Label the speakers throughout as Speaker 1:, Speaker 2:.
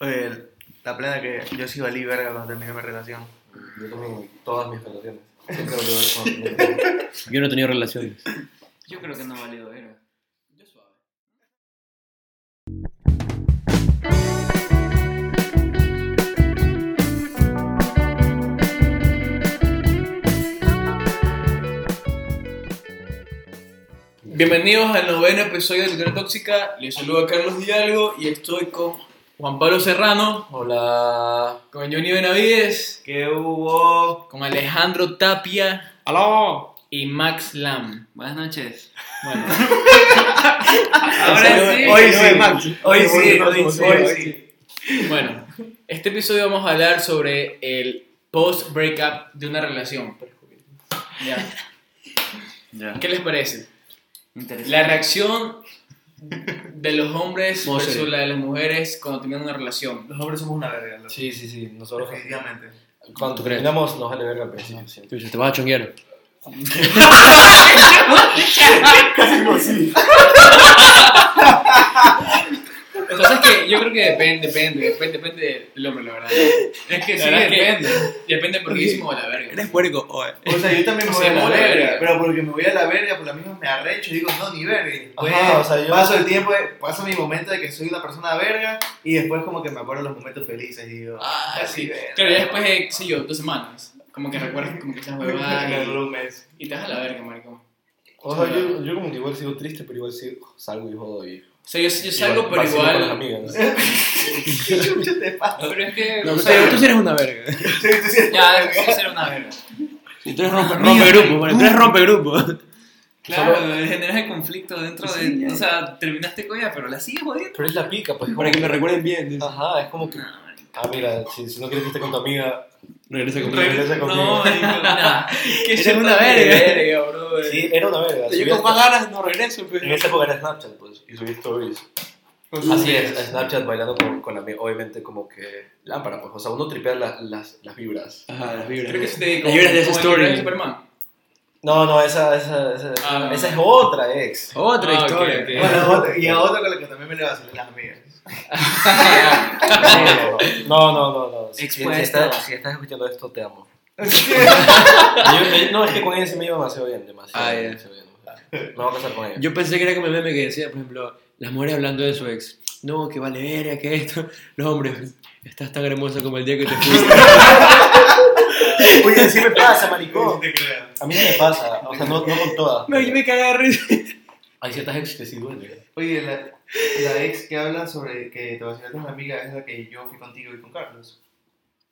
Speaker 1: Oye, la plena que yo sí valí verga cuando terminé mi relación.
Speaker 2: Yo también, todas mis relaciones. Siempre volví a ver con-
Speaker 3: Yo no he tenido relaciones.
Speaker 4: Yo creo que no valió, era. Yo suave.
Speaker 5: Bienvenidos al noveno episodio de Cultura Tóxica. Les saluda Carlos Hidalgo y estoy con Juan Pablo Serrano. Hola. Con Johnny Benavides.
Speaker 1: ¿Qué hubo?
Speaker 5: Con Alejandro Tapia.
Speaker 3: ¡Aló!
Speaker 5: Y Max Lam.
Speaker 4: Buenas noches.
Speaker 5: Bueno,
Speaker 4: Ahora sí.
Speaker 1: Hoy
Speaker 2: Saludos,
Speaker 1: sí,
Speaker 2: Max.
Speaker 1: hoy sí,
Speaker 2: Hoy sí,
Speaker 1: hoy sí, hoy sí.
Speaker 5: bueno, este episodio vamos a hablar sobre el post-breakup de una relación. Ya.
Speaker 4: Ya.
Speaker 5: ¿Qué les parece? La
Speaker 4: Interesante.
Speaker 5: reacción de los hombres
Speaker 3: No sé.
Speaker 4: eh.
Speaker 5: versus la de las mujeres cuando tienen una relación.
Speaker 1: Los hombres somos una verga, loco.
Speaker 2: Sí, sí, sí. Nosotros
Speaker 1: Definitivamente.
Speaker 2: cuando
Speaker 3: ¿Tú crees?
Speaker 2: terminamos nos vale verga al principio. siempre.
Speaker 3: Te vas a chonguear.
Speaker 5: Lo que pasa es que yo creo que depende, depende, depende, depende del hombre, la verdad.
Speaker 4: Es que
Speaker 5: La verdad es que depende. Depende porque hicimos la verga.
Speaker 3: Eres puerco. oye.
Speaker 1: O sea, yo también me
Speaker 5: Sí,
Speaker 1: voy a la
Speaker 5: la
Speaker 1: verga,
Speaker 5: verga.
Speaker 1: pero porque me voy a la verga, por lo mismo me arrecho y digo, no, ni verga. Pues,
Speaker 2: Ajá, o sea, yo-
Speaker 1: Paso el tiempo, eh, paso mi momento de que soy una persona verga y después como que me acuerdo los momentos felices y digo,
Speaker 5: Ah, sí.
Speaker 1: verga.
Speaker 5: Claro, ya después de, qué sé yo, dos semanas. Como que recuerdas como que esas huevadas
Speaker 1: Me agarró
Speaker 5: y,
Speaker 1: un mes.
Speaker 5: y te das a la verga, maricón.
Speaker 2: O sea, yo, yo como que igual sigo triste, pero igual sigo, salgo y jodo y...
Speaker 5: O sea, yo, yo salgo, pero
Speaker 2: vacilo con las
Speaker 5: igual.
Speaker 2: amigas.
Speaker 1: ¿Qué chucha te pasa?
Speaker 5: Pero es que.
Speaker 3: No,
Speaker 5: o
Speaker 3: tú,
Speaker 5: sea,
Speaker 3: tú sí eres una verga.
Speaker 1: Sí, sí, sí.
Speaker 5: ya, eso era una verga.
Speaker 3: Y tú eres rompe, rompe grupo. Bueno, tú eres rompe grupo.
Speaker 4: Claro, generas el conflicto dentro de. O sea, terminaste con ella, pero la sigues jodiendo.
Speaker 2: Pero es la pica, pues.
Speaker 3: Para que me
Speaker 2: como
Speaker 3: recuerden bien.
Speaker 2: Ajá, es como que...
Speaker 4: No, marico.
Speaker 2: Ah, mira, si, si no quieres que esté con tu amiga...
Speaker 3: Regresa conmigo.
Speaker 2: Regresa
Speaker 4: No,
Speaker 2: conmigo.
Speaker 4: marico, nah.
Speaker 5: Que
Speaker 3: Eres
Speaker 5: yo
Speaker 3: una
Speaker 5: también,
Speaker 3: verga.
Speaker 5: bro.
Speaker 2: Sí, era una verga. subía-
Speaker 3: Yo con más ganas no regreso, pues.
Speaker 2: En esa época era Snapchat, pues, y subí stories. Así es, Snapchat bailando con, con la amiga, obviamente como que lámpara, pues, o sea, uno tripea las, las, las vibras.
Speaker 3: Ajá, las vibras.
Speaker 5: Creo que se te
Speaker 3: Las vibras de esa
Speaker 5: como el libro de
Speaker 3: story.
Speaker 5: Superman.
Speaker 2: No, no, esa, esa, esa,
Speaker 5: Ah.
Speaker 2: esa es otra ex.
Speaker 3: Otra
Speaker 5: Ah, ok,
Speaker 3: historia.
Speaker 5: ok.
Speaker 1: Bueno, otra- y a otra con la que también me le va a hacer las amigas.
Speaker 2: No, no, no, no. no. Si, si,
Speaker 4: Expuesto.
Speaker 2: estás, si estás escuchando esto, te amo. Yo- yo- no, es que con ella sí me iba demasiado bien, demasiado
Speaker 3: Ah,
Speaker 2: bien.
Speaker 3: ya.
Speaker 2: demasiado bien, demasiado bien. Me voy a casar con ella.
Speaker 3: Yo pensé que era como el meme que decía, por ejemplo, las mujeres hablando de su ex. No, que vale verga, que esto. Los hombres, estás tan hermosa como el día que te fuiste.
Speaker 2: Oye, sí me pasa,
Speaker 1: No
Speaker 2: maricón.
Speaker 1: te creas.
Speaker 2: A mí sí me pasa, o sea, no, no con todas.
Speaker 3: me, me cagué de risa.
Speaker 2: Hay ciertas ex que sí duelen.
Speaker 1: Oye, la, la ex que habla sobre que te vacilaste a la amiga es la que yo fui contigo y con Carlos.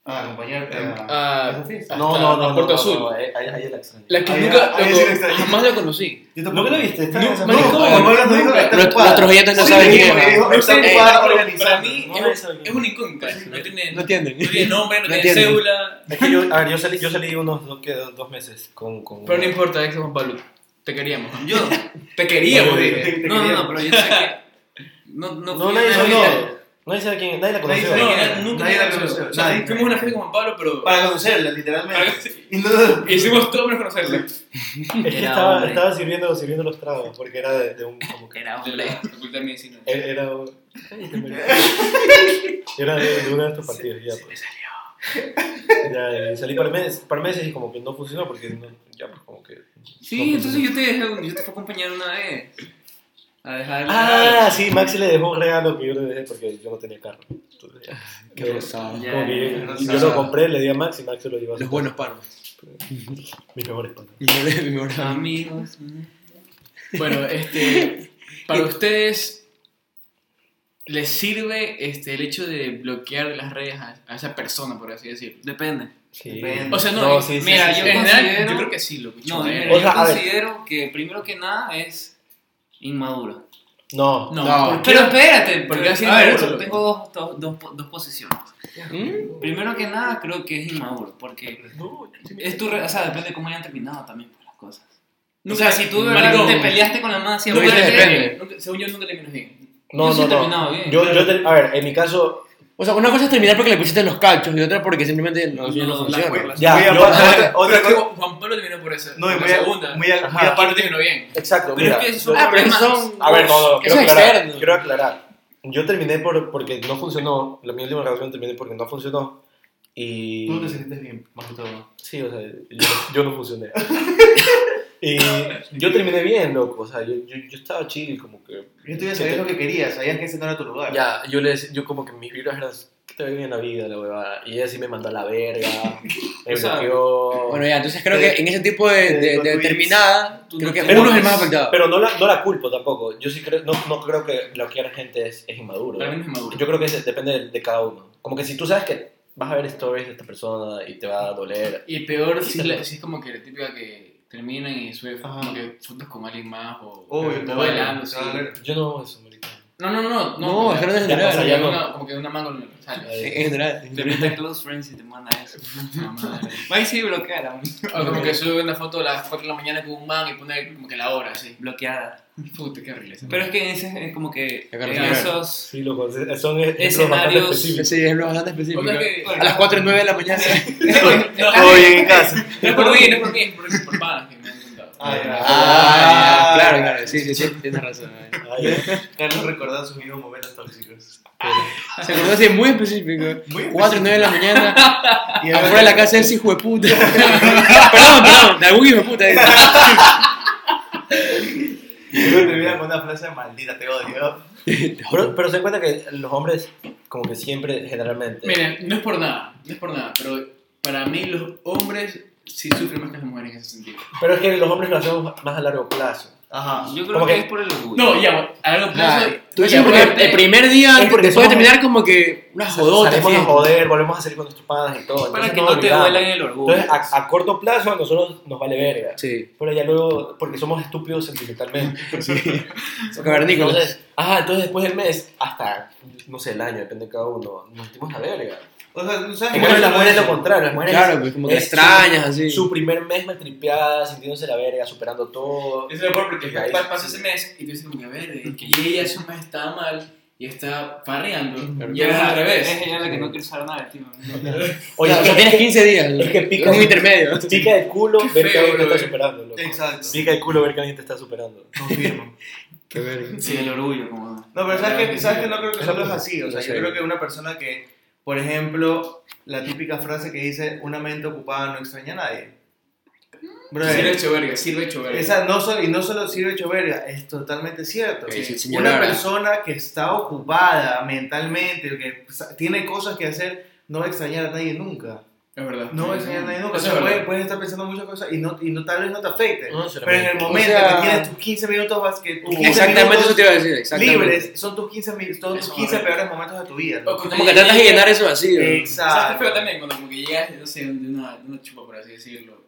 Speaker 1: Ah, acompañarte a,
Speaker 5: Ah,
Speaker 1: a esa fiesta.
Speaker 5: Hasta Puerto Azul.
Speaker 2: ahí ahí es la extraña.
Speaker 5: La que
Speaker 1: Ahí-
Speaker 5: nunca.
Speaker 1: ahí sí
Speaker 5: loco,
Speaker 1: me extrañó.
Speaker 5: jamás la conocí.
Speaker 1: Yo
Speaker 2: ¿Nunca la viste? Está en esa-
Speaker 5: maricón,
Speaker 2: No,
Speaker 5: no,
Speaker 1: Pablo nos dijo que está
Speaker 3: Nuestro-
Speaker 1: ocupada.
Speaker 3: nuestros oyentes no
Speaker 1: Sí,
Speaker 3: saben quién
Speaker 1: porque
Speaker 3: es.
Speaker 1: dijo,
Speaker 5: No
Speaker 1: está
Speaker 5: sé,
Speaker 1: ocupada
Speaker 5: para-
Speaker 1: organizando.
Speaker 5: Para mí
Speaker 2: No,
Speaker 5: es,
Speaker 2: esa
Speaker 5: un-
Speaker 2: no.
Speaker 5: es un incógnito. No tiene,
Speaker 3: No
Speaker 5: no
Speaker 3: entienden.
Speaker 5: tiene nombre, no,
Speaker 3: No
Speaker 5: tiene
Speaker 3: entienden.
Speaker 5: cédula.
Speaker 2: Es que yo, a ver, yo salí, yo salí unos dos, que- dos meses con, con
Speaker 5: Pero no importa, ex Juan Pablo. Te queríamos.
Speaker 4: Yo.
Speaker 5: Te queríamos,
Speaker 1: Te-
Speaker 5: dije.
Speaker 1: te- te
Speaker 4: No, no,
Speaker 1: quería-
Speaker 4: no, pero yo sé que. No, no,
Speaker 2: No,
Speaker 4: fui
Speaker 2: nadie
Speaker 4: una
Speaker 2: sabe
Speaker 4: amiga.
Speaker 2: quién Nadie sabe quién Nadie la
Speaker 1: Nadie
Speaker 2: conoció.
Speaker 1: sabe
Speaker 5: No,
Speaker 1: quién
Speaker 5: era-
Speaker 1: era.
Speaker 5: nunca
Speaker 1: Nadie la
Speaker 5: conocí.
Speaker 1: conoció.
Speaker 5: O sea,
Speaker 1: Nadie.
Speaker 5: fuimos a una fiesta con Juan Pablo, pero
Speaker 1: Para conocerla,
Speaker 5: Para
Speaker 1: literalmente.
Speaker 5: conocer-
Speaker 1: Y no-
Speaker 5: hicimos todo menos conocerla.
Speaker 2: Es que
Speaker 4: Era
Speaker 2: estaba,
Speaker 4: hombre.
Speaker 2: estaba sirviendo, sirviendo los tragos porque era de, de un. Como que,
Speaker 4: Era
Speaker 5: De la
Speaker 4: hombre.
Speaker 5: facultad de medicina.
Speaker 2: era, era un- era de, de uno de estos partidos. Ya, pues. Ya, y salí para meses, par meses y como que no funcionó porque no, ya, pues como que.
Speaker 4: Sí, entonces yo te dejé, yo te fui a acompañar una vez. A dejar.
Speaker 2: Ah, sí, Maxi le dejó un regalo que yo le dejé porque yo no tenía carro. Entonces, ya.
Speaker 3: Qué pesado.
Speaker 4: Ya,
Speaker 2: Como que
Speaker 4: ya,
Speaker 2: yo,
Speaker 4: ya.
Speaker 2: yo lo compré, le di a Maxi y Maxi lo llevó a su
Speaker 3: Los buenos panos.
Speaker 2: casa. Mis mejores panas.
Speaker 3: Mi mejor- mi mejor
Speaker 4: Ah,
Speaker 3: amigo.
Speaker 4: Amigos.
Speaker 5: Bueno, este, para ustedes, ¿les sirve este, el hecho de bloquear de las redes a, a esa persona, por así decirlo?
Speaker 4: Depende.
Speaker 2: Sí.
Speaker 1: Depende.
Speaker 5: O sea, no,
Speaker 2: No, sí, sí,
Speaker 5: mira,
Speaker 4: sí,
Speaker 5: yo,
Speaker 4: sí.
Speaker 5: en general,
Speaker 4: Considero-
Speaker 5: yo creo que sí, lo que
Speaker 4: No, mira,
Speaker 2: O sea,
Speaker 4: yo
Speaker 2: a ver.
Speaker 4: considero que primero que nada es inmaduro.
Speaker 2: No,
Speaker 5: No,
Speaker 3: No.
Speaker 4: Pero espérate,
Speaker 5: porque
Speaker 4: porque
Speaker 5: así
Speaker 4: así
Speaker 5: es
Speaker 4: ver,
Speaker 5: inmaduro.
Speaker 4: tengo dos, dos, dos, po- dos posiciones.
Speaker 3: ¿Mm?
Speaker 4: Primero que nada, creo que es inmaduro, porque es tu, re- o sea, depende de cómo hayan terminado también pues, las cosas. o sea, si tú de verdad
Speaker 5: Maricón.
Speaker 4: te peleaste con la madre, si
Speaker 5: Nunca
Speaker 3: Pero
Speaker 4: aguántate,
Speaker 3: eso
Speaker 5: terminas
Speaker 3: depende.
Speaker 5: bien, nunca- según yo, nunca terminas bien.
Speaker 2: no,
Speaker 4: yo sí he
Speaker 2: no.
Speaker 4: terminado
Speaker 2: no.
Speaker 4: bien,
Speaker 2: Yo,
Speaker 4: claro.
Speaker 2: yo te- a ver, en mi caso,
Speaker 3: O sea, una cosa es terminar porque le pusiste los cachos y otra porque simplemente no, no,
Speaker 5: No, la
Speaker 3: funciona.
Speaker 5: cuerda.
Speaker 2: ya.
Speaker 1: Muy
Speaker 2: yo-
Speaker 1: aparte, otra-
Speaker 5: Pero
Speaker 1: otra
Speaker 5: es que
Speaker 1: cosa.
Speaker 5: Juan Pablo terminó por eso.
Speaker 1: No, y
Speaker 5: por
Speaker 1: muy
Speaker 5: la
Speaker 1: a-
Speaker 5: segunda.
Speaker 1: muy a- muy
Speaker 5: Aparte
Speaker 1: aparte.
Speaker 5: terminó bien.
Speaker 2: exacto,
Speaker 5: Pero
Speaker 2: mira.
Speaker 5: es que son
Speaker 3: Ah, pero
Speaker 5: problemas.
Speaker 3: son.
Speaker 2: A ver, no, no,
Speaker 3: Eso
Speaker 2: quiero
Speaker 3: es
Speaker 2: aclarar,
Speaker 3: externo.
Speaker 2: quiero aclarar. Yo terminé por, porque no funcionó. La, mi última relación terminé porque no funcionó. Y.
Speaker 1: Tú te sientes bien, más que todo.
Speaker 2: Sí, o sea, yo, yo no funcioné. y yo terminé bien, loco. O sea, yo, yo, yo estaba chill, como que.
Speaker 1: Yo tú ya sabías lo que querías, sabías que ese no era tu lugar.
Speaker 2: Ya, yo le decía- yo como que mis vibras eran. ¿Qué te va bien en la vida, la huevada? Y ella sí me mandó a la verga. me
Speaker 6: O sea,
Speaker 2: bloqueó.
Speaker 3: Bueno, ya, entonces creo que en ese tipo de,
Speaker 1: te
Speaker 3: de-
Speaker 1: digo,
Speaker 3: de
Speaker 1: tweets,
Speaker 3: determinada,
Speaker 6: tú
Speaker 3: creo
Speaker 6: no
Speaker 3: que
Speaker 6: tienes-
Speaker 3: uno es el más afectado.
Speaker 2: Pero no la, no la culpo tampoco. Yo sí creo, no, no creo que bloquear gente es, es inmaduro.
Speaker 5: Para mí no es maduro.
Speaker 2: Yo creo que es- depende de, de cada uno. Como que si tú sabes que vas a ver stories de esta persona y te va a doler.
Speaker 5: Y peor si, la- si es como que la típica que terminan y sube
Speaker 1: Ajá.
Speaker 5: como que fotos con alguien más o,
Speaker 1: Obvio, te
Speaker 5: o
Speaker 1: va a doler,
Speaker 5: bailando.
Speaker 1: te
Speaker 5: sí.
Speaker 1: va a doler.
Speaker 2: Yo no hago eso, marica.
Speaker 5: No, no, no. No,
Speaker 3: No, es que no te
Speaker 2: Ya, o sea,
Speaker 3: general.
Speaker 2: ya
Speaker 5: como,
Speaker 2: no.
Speaker 5: una, como que una mano en el- sale.
Speaker 3: En en general.
Speaker 5: Te mete a Close Friends y te manda eso. Va y sí, bloqueada.
Speaker 6: O como que sube una foto a las 4 de la mañana con un man y pone como que la hora, así.
Speaker 5: Bloqueada.
Speaker 6: Puta, qué horrible. ese man.
Speaker 5: Pero es que ese es como que
Speaker 3: Acá no
Speaker 5: en
Speaker 3: se ve.
Speaker 5: esos...
Speaker 2: Sí, loco, se- son ejemplos
Speaker 5: Escenarios-
Speaker 2: bastante específicos.
Speaker 3: Sí, es lo bastante específico.
Speaker 6: Otra que-
Speaker 3: A las 4 y 9 de la mañana.
Speaker 1: Todo bien en casa.
Speaker 6: No es Ah, por mí, no es por mí, es por, por panas que me han contado.
Speaker 1: Ah, ya.
Speaker 3: Eh, Ah, ya, claro, claro. Sí, sí, sí, tienes razón. eh.
Speaker 2: Ay,
Speaker 1: Carlos recordaba sus mismos momentos tóxicos.
Speaker 3: Se acordó así muy específico.
Speaker 1: Muy
Speaker 3: 4 y 9 de la mañana,
Speaker 1: Y ahora-
Speaker 3: afuera de Ah, la casa del hijo de puta. perdón, perdón, de algún hijo de puta. eh.
Speaker 1: y luego termina con una frase maldita, te odio.
Speaker 2: Pero, pero se dan cuenta que los hombres, como que siempre, generalmente.
Speaker 6: Miren, no es por nada, no es por nada, pero para mí los hombres sí sufren más que las mujeres en ese sentido.
Speaker 2: Pero es que los hombres lo hacemos más a largo plazo.
Speaker 1: Ajá.
Speaker 5: Yo
Speaker 2: Como
Speaker 5: creo que
Speaker 2: que-
Speaker 5: es por el orgullo.
Speaker 6: No, ya, a largo plazo.
Speaker 3: Claro. Tú
Speaker 6: ya,
Speaker 3: dices porque
Speaker 6: aparte-
Speaker 3: el primer día
Speaker 2: es porque
Speaker 3: te puede
Speaker 2: somos-
Speaker 3: terminar como que una jodota.
Speaker 2: Salimos
Speaker 3: así.
Speaker 2: a joder, volvemos a salir con nuestros panas y todo.
Speaker 5: Ah, Para
Speaker 2: entonces
Speaker 5: que
Speaker 2: nos
Speaker 5: no te
Speaker 2: olvidamos.
Speaker 5: duela en el orgullo.
Speaker 2: Entonces, a, a corto plazo a nosotros nos vale verga.
Speaker 3: Sí.
Speaker 2: Pero ya luego, porque somos estúpidos sentimentalmente.
Speaker 3: Son cavernícolas.
Speaker 2: Entonces, ajá, entonces después del mes, hasta, no sé, el año, depende de cada uno, nos metimos la verga.
Speaker 1: O sea, ¿tú
Speaker 2: En
Speaker 1: sabes
Speaker 2: cambio,
Speaker 1: que
Speaker 2: las mujeres lo contrario, las mujeres
Speaker 3: Claro, pues como que
Speaker 2: es su-
Speaker 3: extrañas, así.
Speaker 2: Su primer mes maltripeada, sintiéndose la verga, superando todo.
Speaker 6: Es lo peor porque
Speaker 2: Ahí.
Speaker 6: pa- pasa ese mes y tú dices, como que a ver, eh, que ella ya su mes está mal y está farreando. Y
Speaker 5: Pero
Speaker 6: ahora es al
Speaker 5: Es
Speaker 6: revés.
Speaker 5: ella la que no quiere saber nada, tío.
Speaker 2: Oye,
Speaker 3: o sea,
Speaker 2: es
Speaker 3: tienes
Speaker 2: que-
Speaker 3: 15 días.
Speaker 2: es que pica.
Speaker 3: Es un intermedio.
Speaker 2: Pica de culo
Speaker 6: Qué
Speaker 2: ver que
Speaker 6: feo,
Speaker 2: alguien te está
Speaker 6: bro.
Speaker 2: superando. loco.
Speaker 1: Exacto.
Speaker 2: Pica de culo ver que alguien te está superando.
Speaker 1: Confirmo.
Speaker 3: Qué verga.
Speaker 5: Sí, el orgullo, como...
Speaker 1: No, pero ¿sabes que, ¿sabes que no creo que
Speaker 2: Es
Speaker 1: solo es
Speaker 2: algo-
Speaker 1: así? O sea,
Speaker 2: no
Speaker 1: yo
Speaker 2: sé.
Speaker 1: creo que una persona que, por ejemplo, la típica frase que dice, una mente ocupada no extraña a nadie. Bro,
Speaker 6: Sirve
Speaker 3: eh.
Speaker 6: hecho verga, sirve hecho verga.
Speaker 1: esa no solo, y no solo sirve hecho verga, es totalmente cierto.
Speaker 6: Sí, sí,
Speaker 3: señora.
Speaker 1: una persona que está ocupada mentalmente, que sa- tiene cosas que hacer, no va a extrañar a nadie nunca.
Speaker 6: Es verdad.
Speaker 1: No va a extrañar a nadie nunca. O
Speaker 6: Eso
Speaker 1: sea,
Speaker 6: es
Speaker 1: puedes,
Speaker 6: verdad. Ah,
Speaker 1: puedes estar pensando muchas cosas y, no, y no, tal vez no te afecte. pero en
Speaker 2: No,
Speaker 1: el
Speaker 2: sinceramente.
Speaker 1: momento
Speaker 3: O sea-
Speaker 1: que tienes tus 15 minutos vas que... tus 15
Speaker 3: Exactamente
Speaker 1: minutos
Speaker 3: eso te iba a decir. Exactamente.
Speaker 1: libres son tus 15, mi- son tus
Speaker 6: Eso,
Speaker 1: 15
Speaker 6: correcto.
Speaker 1: peores momentos de Ah. tu vida. ¿no?
Speaker 6: O cuando
Speaker 3: Como que
Speaker 6: ella
Speaker 3: tratas de
Speaker 6: llega-
Speaker 3: llenar eso vacío.
Speaker 6: O sea, está
Speaker 1: Exacto.
Speaker 6: feo también cuando como que llegas, no sé, de una, de una chupa, por así decirlo.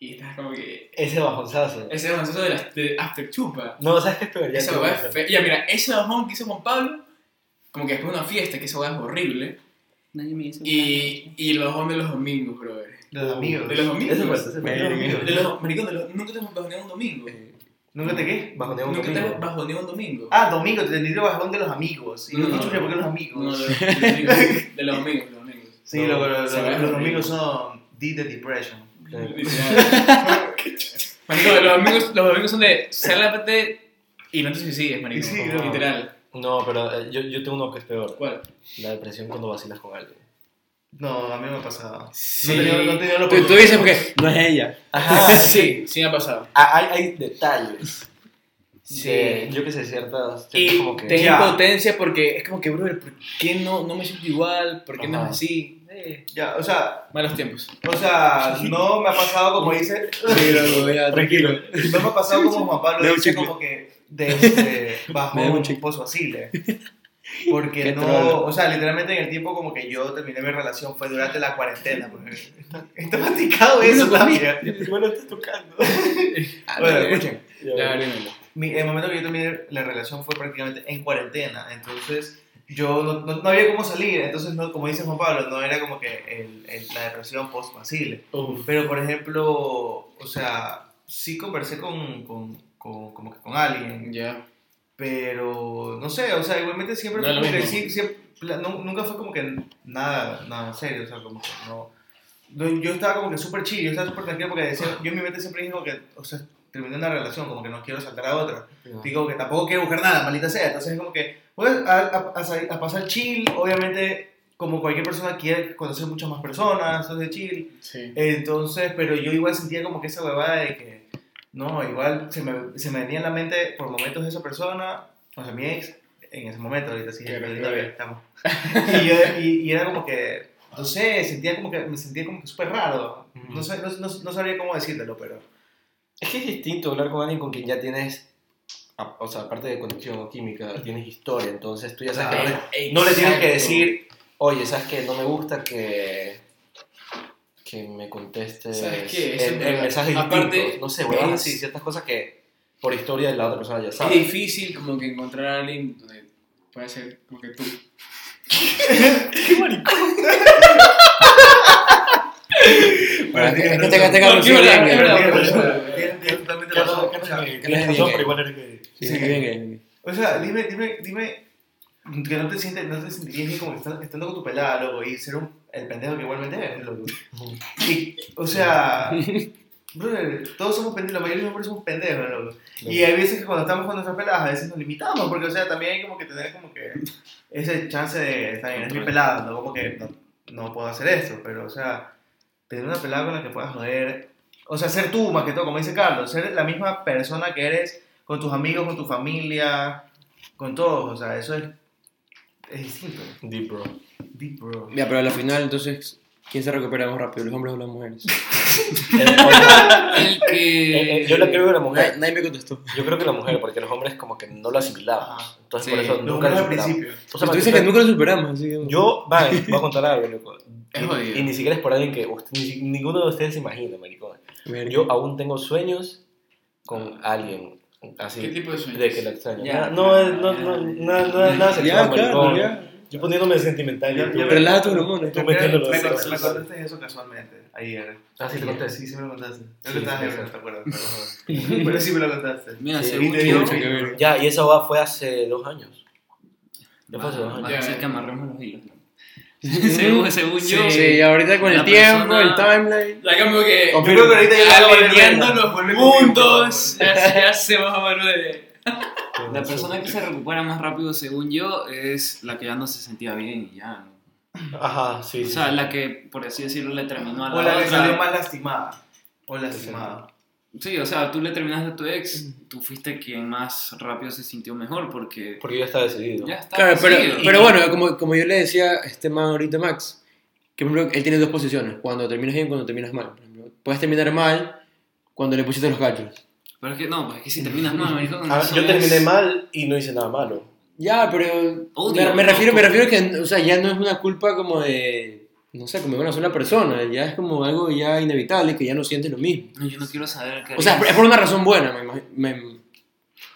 Speaker 6: Y estás como que...
Speaker 2: Ese bajonzazo.
Speaker 6: Ese avanzazo de la de after chupa.
Speaker 2: No, ¿sabes qué es peor? Ya te
Speaker 6: Esa
Speaker 2: voy a
Speaker 6: hueá es
Speaker 2: hacer.
Speaker 6: fea. Ya, mira, ese bajón que hizo Juan Pablo, como que después de una fiesta, que esa hueá es horrible.
Speaker 5: Nadie me hizo
Speaker 6: Y, y el bajón de los domingos, brother.
Speaker 1: De los amigos.
Speaker 6: De los domingos.
Speaker 2: Eso pasa, ese fue el domingo.
Speaker 6: De los, maricón, de los, nunca te has bajoneado un domingo.
Speaker 1: ¿Nunca te qué?
Speaker 2: Bajoneo un
Speaker 6: Nunca te has
Speaker 2: domingo.
Speaker 6: bajoneado un domingo.
Speaker 1: Ah, domingo, te entendí el bajón de los amigos. Y no,
Speaker 6: No,
Speaker 1: no,
Speaker 6: no, no.
Speaker 1: ¿por qué los
Speaker 6: No, de,
Speaker 1: amigos?
Speaker 6: los- de los domingos, de los domingos, de los domingos.
Speaker 1: Sí,
Speaker 2: No,
Speaker 1: lo- lo-
Speaker 6: se
Speaker 1: lo-
Speaker 6: ve
Speaker 1: los
Speaker 6: horrible.
Speaker 1: amigos son D de Depression.
Speaker 6: Marico, los domingos, los domingos son de sálvate y no te suicides, marico.
Speaker 1: Sí,
Speaker 6: como
Speaker 1: no.
Speaker 6: Literal.
Speaker 2: No, pero eh, yo, yo tengo uno que es peor.
Speaker 6: ¿Cuál?
Speaker 2: La depresión cuando vacilas con alguien.
Speaker 1: No, a mí me ha pasado.
Speaker 6: Sí.
Speaker 1: No tenía, no tenía la
Speaker 3: Tú, tú
Speaker 1: oportunidad.
Speaker 3: dices porque no es ella.
Speaker 6: Ah, sí, sí me ha pasado.
Speaker 2: Ah, Hay, hay detalles.
Speaker 6: Sí.
Speaker 2: de- yo que sé, ciertas. ciertas
Speaker 6: Y
Speaker 2: como que.
Speaker 6: te
Speaker 1: Ya.
Speaker 6: impotencia porque es como que, brother, ¿por qué no, no me siento igual? ¿Por qué no
Speaker 2: Ajá.
Speaker 6: es así? Eh,
Speaker 1: Ya, o sea,
Speaker 6: Malos tiempos.
Speaker 1: o sea, no me ha pasado como dice,
Speaker 3: tranquilo.
Speaker 1: no me ha pasado como Juan
Speaker 3: Me da
Speaker 1: Pablo
Speaker 3: un
Speaker 1: dice
Speaker 3: chicle.
Speaker 1: como que desde bajo
Speaker 3: Me da un
Speaker 1: un
Speaker 3: chicle.
Speaker 1: pozo así. Porque
Speaker 3: Qué
Speaker 1: no,
Speaker 3: troll.
Speaker 1: o sea, literalmente en el tiempo como que yo terminé mi relación fue durante la cuarentena. pues. Está- Está masticado eso también.
Speaker 2: Bueno, estás tocando.
Speaker 1: Bueno, escuchen.
Speaker 6: Ya,
Speaker 2: Ya,
Speaker 6: abríme.
Speaker 1: mi- el momento que yo terminé la relación fue prácticamente en cuarentena, entonces yo no, no- no había cómo salir, entonces no, como dice Juan Pablo, no era como que el- el- la depresión post-vacile.
Speaker 2: Uf.
Speaker 1: Pero por ejemplo, o sea, sí conversé con, con, con- como que con alguien,
Speaker 6: Ya.
Speaker 1: pero no sé, o sea, igualmente siempre
Speaker 6: No
Speaker 1: fue
Speaker 6: es lo
Speaker 1: como que
Speaker 6: mismo.
Speaker 1: sí- siempre- la- nu- nunca fue como que nada, nada serio, o sea, como que no. no, yo estaba como que súper chill, yo estaba súper tranquilo porque decía, yo en mi mente siempre dije como que, o sea, terminé una relación, como que no quiero saltar a otra. Digo que tampoco quiero buscar nada, maldita sea. Entonces es como que Pues a, a- a salir- a pasar chill, obviamente, como cualquier persona quiere conocer muchas más personas, eso es de chill.
Speaker 6: Sí.
Speaker 1: Entonces, pero yo igual sentía como que esa huevada de que, no, igual se me, se me venía en la mente por momentos esa persona, o sea, mi ex, en ese momento, ahorita sí,
Speaker 6: Claro,
Speaker 1: ahorita
Speaker 6: claro.
Speaker 1: ya estamos. Y, yo, y, y era como que, no sé, sentía como que, me sentía como que súper raro. No, sé- no, no, no sabría cómo decírtelo, pero...
Speaker 2: Es que es distinto hablar con alguien con quien ya tienes, a- o sea, aparte de conexión o química, tienes historia, entonces tú ya sabes que
Speaker 1: Claro.
Speaker 2: no le- no le tienes que
Speaker 6: Exacto.
Speaker 2: decir, oye, ¿sabes qué? No me gusta que, que me contestes
Speaker 6: ¿Sabes qué? Eso
Speaker 2: en,
Speaker 6: es
Speaker 2: en
Speaker 6: verdad.
Speaker 2: mensajes
Speaker 6: Aparte,
Speaker 2: distintos. No sé, huevas
Speaker 6: es-
Speaker 2: así, ciertas cosas que por historia la otra persona ya
Speaker 6: Es
Speaker 2: sabe.
Speaker 6: difícil como que encontrar a alguien donde pueda ser como que tú.
Speaker 1: Pero
Speaker 3: es que-
Speaker 1: tienes
Speaker 3: es que
Speaker 1: razón.
Speaker 3: te- te cago
Speaker 6: No,
Speaker 3: sí,
Speaker 6: qué
Speaker 3: bien,
Speaker 6: verdad,
Speaker 3: bien,
Speaker 6: es verdad.
Speaker 3: bien.
Speaker 1: Tienes razón, tienes- tienes Eh, totalmente razón. O sea,
Speaker 3: Tienes razón, pero igual Sí,
Speaker 1: Sí.
Speaker 3: bien, bien.
Speaker 1: O sea, dime, dime, dime que no te sientes, no te sentirías bien como que estás- estando con tu pelada, loco, y ser un, el pendejo que igualmente eres, loco. Y, o sea, brother, todos somos pendejos, la mayoría de los hombres somos pendejos, loco. Y hay veces que cuando estamos con nuestras peladas, a veces nos limitamos, porque, o sea, también hay como que tener como que ese chance de estar bien, es mi pelada, no como que no, no puedo hacer esto, pero, o sea, tener una pelada con la que puedas joder, o sea, ser tú, más que todo, como dice Carlos, ser la misma persona que eres con tus amigos, con tu familia, con todos, o sea, eso es, es distinto.
Speaker 2: Deep, bro.
Speaker 1: Deep, bro.
Speaker 3: Ya, pero a la final, entonces, ¿quién se recupera más rápido, los hombres o las mujeres?
Speaker 5: El
Speaker 2: Eh,
Speaker 5: que.
Speaker 2: eh, yo la creo que la mujer,
Speaker 3: Nadie, nadie me contestó.
Speaker 2: yo creo que la mujer, porque los hombres como que no lo asimilaban.
Speaker 1: Ajá.
Speaker 2: Entonces
Speaker 5: Sí,
Speaker 2: por eso
Speaker 5: los
Speaker 1: Lo
Speaker 2: nunca lo
Speaker 1: bueno al
Speaker 2: asimilaban.
Speaker 1: principio.
Speaker 2: O sea,
Speaker 3: Tú dices que nunca lo superamos, así que...
Speaker 2: Yo, va, voy a contar algo, loco.
Speaker 6: Es
Speaker 2: Y-
Speaker 6: jodido.
Speaker 2: Y ni siquiera es por alguien que usted- ni si- ninguno de ustedes se imagina, maricón.
Speaker 3: Verga.
Speaker 2: Yo ah, aún tengo sueños con alguien. Así,
Speaker 6: ¿Qué tipo de sueños?
Speaker 2: de que lo extraño.
Speaker 5: Ah. Ya.
Speaker 2: no, es- no, no, nada, nada, nada sexual,
Speaker 3: Ya, claro,
Speaker 2: maricón.
Speaker 3: ya.
Speaker 2: Yo poniéndome sentimental.
Speaker 1: Ya,
Speaker 2: y tú-
Speaker 1: ya,
Speaker 3: Relaja tus hormonas.
Speaker 2: Tú
Speaker 1: Me, me,
Speaker 2: metiéndolo de
Speaker 1: cont-
Speaker 2: sexo.
Speaker 1: me contaste eso casualmente ayer.
Speaker 2: Ah, sí, te conté.
Speaker 1: Sí, sí me lo contaste. Creo
Speaker 2: Sí,
Speaker 1: que estabas
Speaker 2: sí,
Speaker 1: ebrio,
Speaker 2: sí.
Speaker 1: no te acuerdas. pero- Pero sí me lo contaste.
Speaker 5: Mira,
Speaker 2: Sí,
Speaker 5: según
Speaker 1: y te
Speaker 5: yo.
Speaker 1: digo-
Speaker 2: Ya, y esa va fue hace dos años. Ya fue hace dos
Speaker 5: Vamos
Speaker 2: años.
Speaker 5: a
Speaker 6: Ya,
Speaker 5: hacer
Speaker 6: ya.
Speaker 5: que amarremos los hilos. según, según yo.
Speaker 3: Sí, ahorita con el
Speaker 5: la
Speaker 3: tiempo, el
Speaker 5: persona-
Speaker 3: timeline.
Speaker 6: Ya como que
Speaker 1: Yo creo que ahorita ya lo
Speaker 6: alineando
Speaker 1: volvemos.
Speaker 6: los puntos. Ya, se- ya se más o menos de...
Speaker 5: La persona que se recupera más rápido, según yo, es la que ya no se sentía bien y ya. ¿no?
Speaker 2: Ajá, sí.
Speaker 5: O
Speaker 2: sí,
Speaker 5: sea,
Speaker 2: sí.
Speaker 5: la que, por así decirlo, le terminó a la,
Speaker 1: O la que
Speaker 5: otra.
Speaker 1: salió más lastimada. O lastimada.
Speaker 5: Sí, o sea, tú le terminaste a tu ex, tú fuiste quien más rápido se sintió mejor porque
Speaker 2: Porque ya está decidido.
Speaker 5: ya está.
Speaker 3: Claro, pero,
Speaker 5: decidido.
Speaker 3: pero bueno, como, como yo le decía a este man ahorita, Max, que por ejemplo, él tiene dos posiciones, cuando terminas bien y cuando terminas mal. Por ejemplo, puedes terminar mal cuando le pusiste los gachos.
Speaker 5: Pero es que no, pues es que si terminas mal, marico, con
Speaker 2: A
Speaker 3: Ah,
Speaker 2: ver,
Speaker 5: eso
Speaker 2: yo
Speaker 5: es-
Speaker 2: terminé mal y no hice nada malo.
Speaker 3: Ya, pero
Speaker 5: Odio,
Speaker 3: me, me refiero, me
Speaker 5: loco.
Speaker 3: refiero que o sea, ya no es una culpa como de, no sé, como de una sola persona, ya es como algo ya inevitable que ya no sientes lo mismo.
Speaker 5: No, yo no quiero saber qué
Speaker 3: O sea,
Speaker 5: harías.
Speaker 3: es por una razón buena, me, imag- me,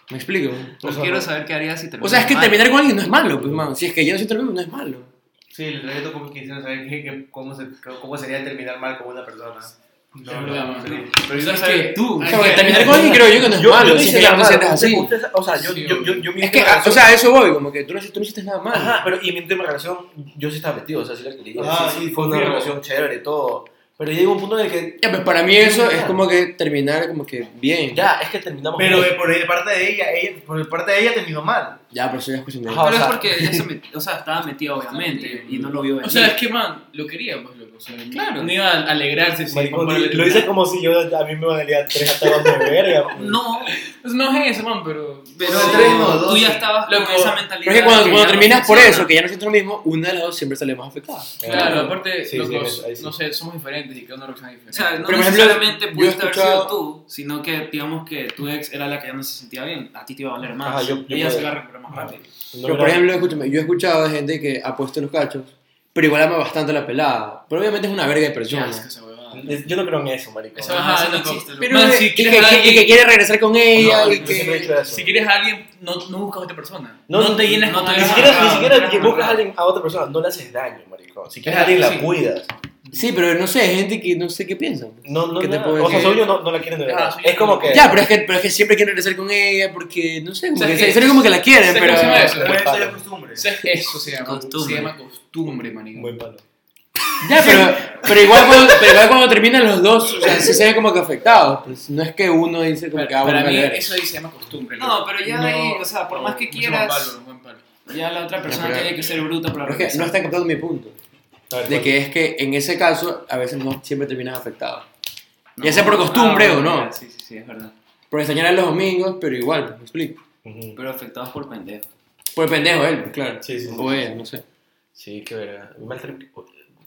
Speaker 3: me explico.
Speaker 5: no quiero saber qué harías si terminas
Speaker 3: O sea, es que
Speaker 5: mal.
Speaker 3: terminar con alguien no es malo, pues, man. Si es que ya no siento lo mismo, no es malo.
Speaker 1: Sí, el reto como que quisiera saber qué- qué- cómo, se, cómo sería terminar mal con una persona.
Speaker 6: Es verdad, man.
Speaker 1: sí.
Speaker 6: Pero
Speaker 5: O sea, es que tú-
Speaker 3: O
Speaker 6: Ay,
Speaker 3: sea, porque
Speaker 6: que-
Speaker 3: terminar con alguien creo yo que no es
Speaker 2: Yo,
Speaker 3: malo,
Speaker 2: yo no
Speaker 3: si es
Speaker 2: hice
Speaker 3: que ya
Speaker 2: nada
Speaker 3: no
Speaker 2: malo.
Speaker 3: sientes así.
Speaker 2: ustedes- o sea, yo,
Speaker 6: Sí,
Speaker 2: yo, yo, yo mi
Speaker 3: Es que,
Speaker 2: última
Speaker 3: a- o sea, a eso voy, como que tú no, tú no hiciste nada mal.
Speaker 2: Ajá, pero y mi última relación, yo sí estaba metido, o sea, sí la quería.
Speaker 1: Ajá,
Speaker 2: Ah, sí, sí, fue una
Speaker 1: confirmo.
Speaker 2: relación chévere y todo. Pero llega un punto en el que,
Speaker 3: Ya, pues para mí eso es como que terminar como que bien. Ya,
Speaker 2: ya, es que terminamos.
Speaker 1: Pero
Speaker 2: juntos.
Speaker 1: eh, por el parte de ella, ella, por el parte de ella terminó mal.
Speaker 3: pero eso ya es cuestión de...
Speaker 2: Ajá.
Speaker 5: Pero
Speaker 2: o
Speaker 5: es
Speaker 2: sea-
Speaker 5: porque ella se met- o sea, estaba metida obviamente y no lo vio venir.
Speaker 6: O sea, es que man, lo quería, pues loco. O sea,
Speaker 5: Pues Claro.
Speaker 6: No iba a alegrarse si
Speaker 2: Maricón,
Speaker 6: papá le
Speaker 2: lo hice como si yo, a mí me valía tres atadas de verga. pues.
Speaker 5: no,
Speaker 6: Pues no es eso, man, pero.
Speaker 5: pero
Speaker 1: O sea, tres o dos.
Speaker 5: tú ya estabas
Speaker 6: Loco,
Speaker 5: con esa mentalidad.
Speaker 3: Pero es que cuando,
Speaker 5: de
Speaker 3: cuando
Speaker 5: ya no
Speaker 3: terminas por
Speaker 5: funciona.
Speaker 3: eso, que ya no sientes lo mismo, una de las dos siempre sale más afectada.
Speaker 6: Claro, aparte,
Speaker 2: Sí, sí,
Speaker 6: locos,
Speaker 2: eso- ahí sí.
Speaker 6: no sé, somos diferentes y cada uno reacciona
Speaker 5: O
Speaker 6: diferente.
Speaker 5: sea, no
Speaker 3: Pero, por ejemplo,
Speaker 5: necesariamente
Speaker 3: yo he
Speaker 5: pudiste haber sido
Speaker 3: escuchado-
Speaker 5: tú, sino que digamos que tu ex era la que ya no se sentía bien. A ti te iba a valer más.
Speaker 2: Ajá, yo- yo
Speaker 5: Ella se
Speaker 2: puedo-
Speaker 5: iba a recuperar más
Speaker 2: Ajá.
Speaker 5: rápido.
Speaker 2: No
Speaker 3: Pero,
Speaker 2: era-
Speaker 3: por ejemplo, escúchame, yo he escuchado de gente que ha puesto los cachos, pero igual ama bastante a la pelada. Pero obviamente es una verga de
Speaker 6: Qué
Speaker 3: persona.
Speaker 6: asco esa huevada.
Speaker 2: yo no creo en eso, maricón.
Speaker 6: Eso-
Speaker 2: Yo
Speaker 6: Ajá,
Speaker 5: eso no
Speaker 6: loco.
Speaker 5: existe, loco.
Speaker 6: Pero-
Speaker 3: Pero,
Speaker 6: Man,
Speaker 3: eh,
Speaker 6: si
Speaker 3: y, que,
Speaker 6: quieres a
Speaker 3: y que- y que quiere regresar con ella,
Speaker 2: no,
Speaker 3: y
Speaker 2: yo
Speaker 3: que...
Speaker 2: siempre he hecho eso.
Speaker 6: Si quieres a alguien, no, no buscas a otra persona.
Speaker 2: No,
Speaker 6: No, te llenas
Speaker 5: no
Speaker 6: con
Speaker 5: te-
Speaker 2: Ni
Speaker 6: alguien.
Speaker 2: siquiera, ni
Speaker 5: Ajá,
Speaker 2: siquiera
Speaker 5: ajá,
Speaker 2: que buscas a
Speaker 5: ajá.
Speaker 2: alguien a otra persona, no le haces daño, maricón. Si quieres a
Speaker 6: Ajá,
Speaker 2: alguien, la
Speaker 6: sí.
Speaker 2: cuidas.
Speaker 3: Sí, pero no sé, hay gente que no sé qué piensa.
Speaker 2: No, no,
Speaker 3: ¿Qué te
Speaker 2: no.
Speaker 3: puedo
Speaker 2: O sea,
Speaker 3: decir?
Speaker 2: según yo no, no la quieren de verdad.
Speaker 6: Ah, sí,
Speaker 2: es como que.
Speaker 3: Ya, pero es, que, pero es que siempre quieren regresar con ella porque, no sé, como
Speaker 6: O sea,
Speaker 3: que,
Speaker 6: es que-
Speaker 3: se- sale como que la quieren,
Speaker 6: se-
Speaker 3: pero...
Speaker 6: ¿cómo se llama eso?
Speaker 1: Pero eso ya es
Speaker 2: palo.
Speaker 1: costumbre.
Speaker 6: ¿Sabes qué? Eso se llama
Speaker 5: Costumbre.
Speaker 6: Se llama costumbre, manico.
Speaker 2: Muy malo.
Speaker 3: Ya, pero, pero, igual cuando, pero igual cuando terminan los dos, o sea, sí se ven como que afectados. Pues no es que uno dice como
Speaker 6: Para,
Speaker 3: que ah,
Speaker 6: para
Speaker 3: bueno,
Speaker 6: mí,
Speaker 3: vale, verga.
Speaker 6: eso ahí se llama costumbre.
Speaker 5: No,
Speaker 6: loco.
Speaker 5: pero ya
Speaker 6: No,
Speaker 5: ahí, o sea, por
Speaker 6: no,
Speaker 5: más que
Speaker 6: es un buen
Speaker 5: quieras.
Speaker 6: palo, un buen palo.
Speaker 5: Ya la otra persona
Speaker 3: pero-
Speaker 5: tiene que ser bruta para
Speaker 3: Pero es que no
Speaker 5: regresar.
Speaker 3: están captando mi punto. De que es que en ese caso, a veces no siempre terminas afectado. ya sea por costumbre
Speaker 5: Ah,
Speaker 3: o no.
Speaker 5: ya, Sí, sí, sí, es verdad.
Speaker 3: Por extrañar a los domingos, pero igual, pues, me explico.
Speaker 5: Pero afectados por pendejo.
Speaker 3: Por pendejo él, pues, claro.
Speaker 2: Sí, sí, sí.
Speaker 3: O ella, no sé.
Speaker 2: Sí, qué verga. Mal trip.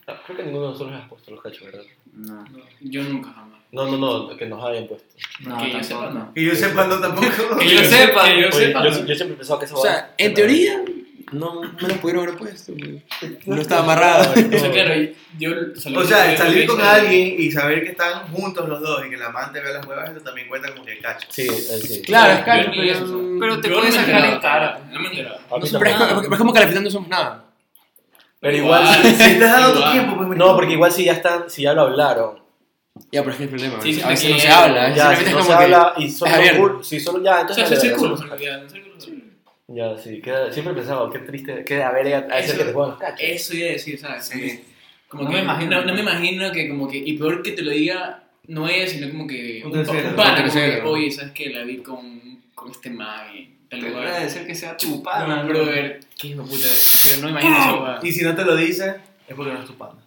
Speaker 2: No, creo que ninguno de nosotros has puesto los cachos, ¿verdad?
Speaker 5: No.
Speaker 6: Yo nunca jamás.
Speaker 2: No, no, no, que nos hayan puesto.
Speaker 5: No,
Speaker 6: Que yo
Speaker 5: tampoco,
Speaker 6: sepa,
Speaker 5: no.
Speaker 1: Y yo sepa, no tampoco.
Speaker 5: Que yo sepa.
Speaker 6: Que yo
Speaker 2: Oye,
Speaker 6: sepa.
Speaker 2: yo, yo siempre he pensado que esa
Speaker 3: O sea,
Speaker 2: huevada-
Speaker 3: en
Speaker 2: que
Speaker 3: teoría, no me lo pudieron haber puesto. güey. No estaba amarrado. pues.
Speaker 6: O sea, claro, yo salí
Speaker 1: O sea,
Speaker 6: con-
Speaker 1: salir con
Speaker 6: con-
Speaker 1: alguien y saber que están juntos los dos y que la amante vea las huevas, eso también cuenta como que cacho.
Speaker 2: Sí, él sí.
Speaker 3: Claro, es
Speaker 6: Yo
Speaker 3: claro.
Speaker 6: ni
Speaker 3: Pero,
Speaker 6: eso.
Speaker 5: Pero te
Speaker 6: Yo no
Speaker 5: puedes
Speaker 6: me
Speaker 5: sacar
Speaker 6: enteraba,
Speaker 5: en cara.
Speaker 6: No me enteraba.
Speaker 2: A mí
Speaker 3: pero es,
Speaker 2: tampoco.
Speaker 3: como- pero es como que al final no somos nada.
Speaker 2: Pero igual.
Speaker 6: Igual.
Speaker 1: Si estás dando tu
Speaker 6: Igual.
Speaker 1: tiempo, pues
Speaker 2: No, porque igual si ya están, si ya lo hablaron.
Speaker 3: Ya, pero es que el problema.
Speaker 6: Sí,
Speaker 3: a veces
Speaker 6: sí,
Speaker 3: no se
Speaker 6: sí.
Speaker 3: habla. es
Speaker 2: Ya,
Speaker 3: Ah,
Speaker 2: si
Speaker 3: simplemente es
Speaker 2: no
Speaker 3: como
Speaker 2: se
Speaker 3: que-
Speaker 2: habla y solo
Speaker 3: es abierto.
Speaker 2: cool, si solo ya,
Speaker 6: O
Speaker 2: entonces
Speaker 6: sea, se
Speaker 2: ya, ya,
Speaker 6: circula.
Speaker 2: somos-
Speaker 6: en realidad, se circula.
Speaker 2: Ya, sí, queda- siempre pensaba, qué triste, qué a ver, a ese
Speaker 6: Eso-
Speaker 2: que te juegan los cachos.
Speaker 6: Eso iba a decir, ¿sabes?
Speaker 1: Sí.
Speaker 6: Como
Speaker 5: No
Speaker 6: que
Speaker 5: me imagino.
Speaker 6: No, no me imagino que como que, y peor que te lo diga, no ella, sino como que
Speaker 1: Un
Speaker 6: pa-
Speaker 1: tercero.
Speaker 6: pana,
Speaker 3: Un
Speaker 6: como
Speaker 3: tercero.
Speaker 6: que, oye, ¿sabes qué? La vi con, con este man en tal
Speaker 5: Pero
Speaker 6: lugar.
Speaker 5: puede ser que sea tu
Speaker 6: No,
Speaker 5: padre.
Speaker 6: brother, qué hijo de puta, en serio, no me imagino esa huevada.
Speaker 1: Ah, Y si no te lo dice, es porque no es tu pana.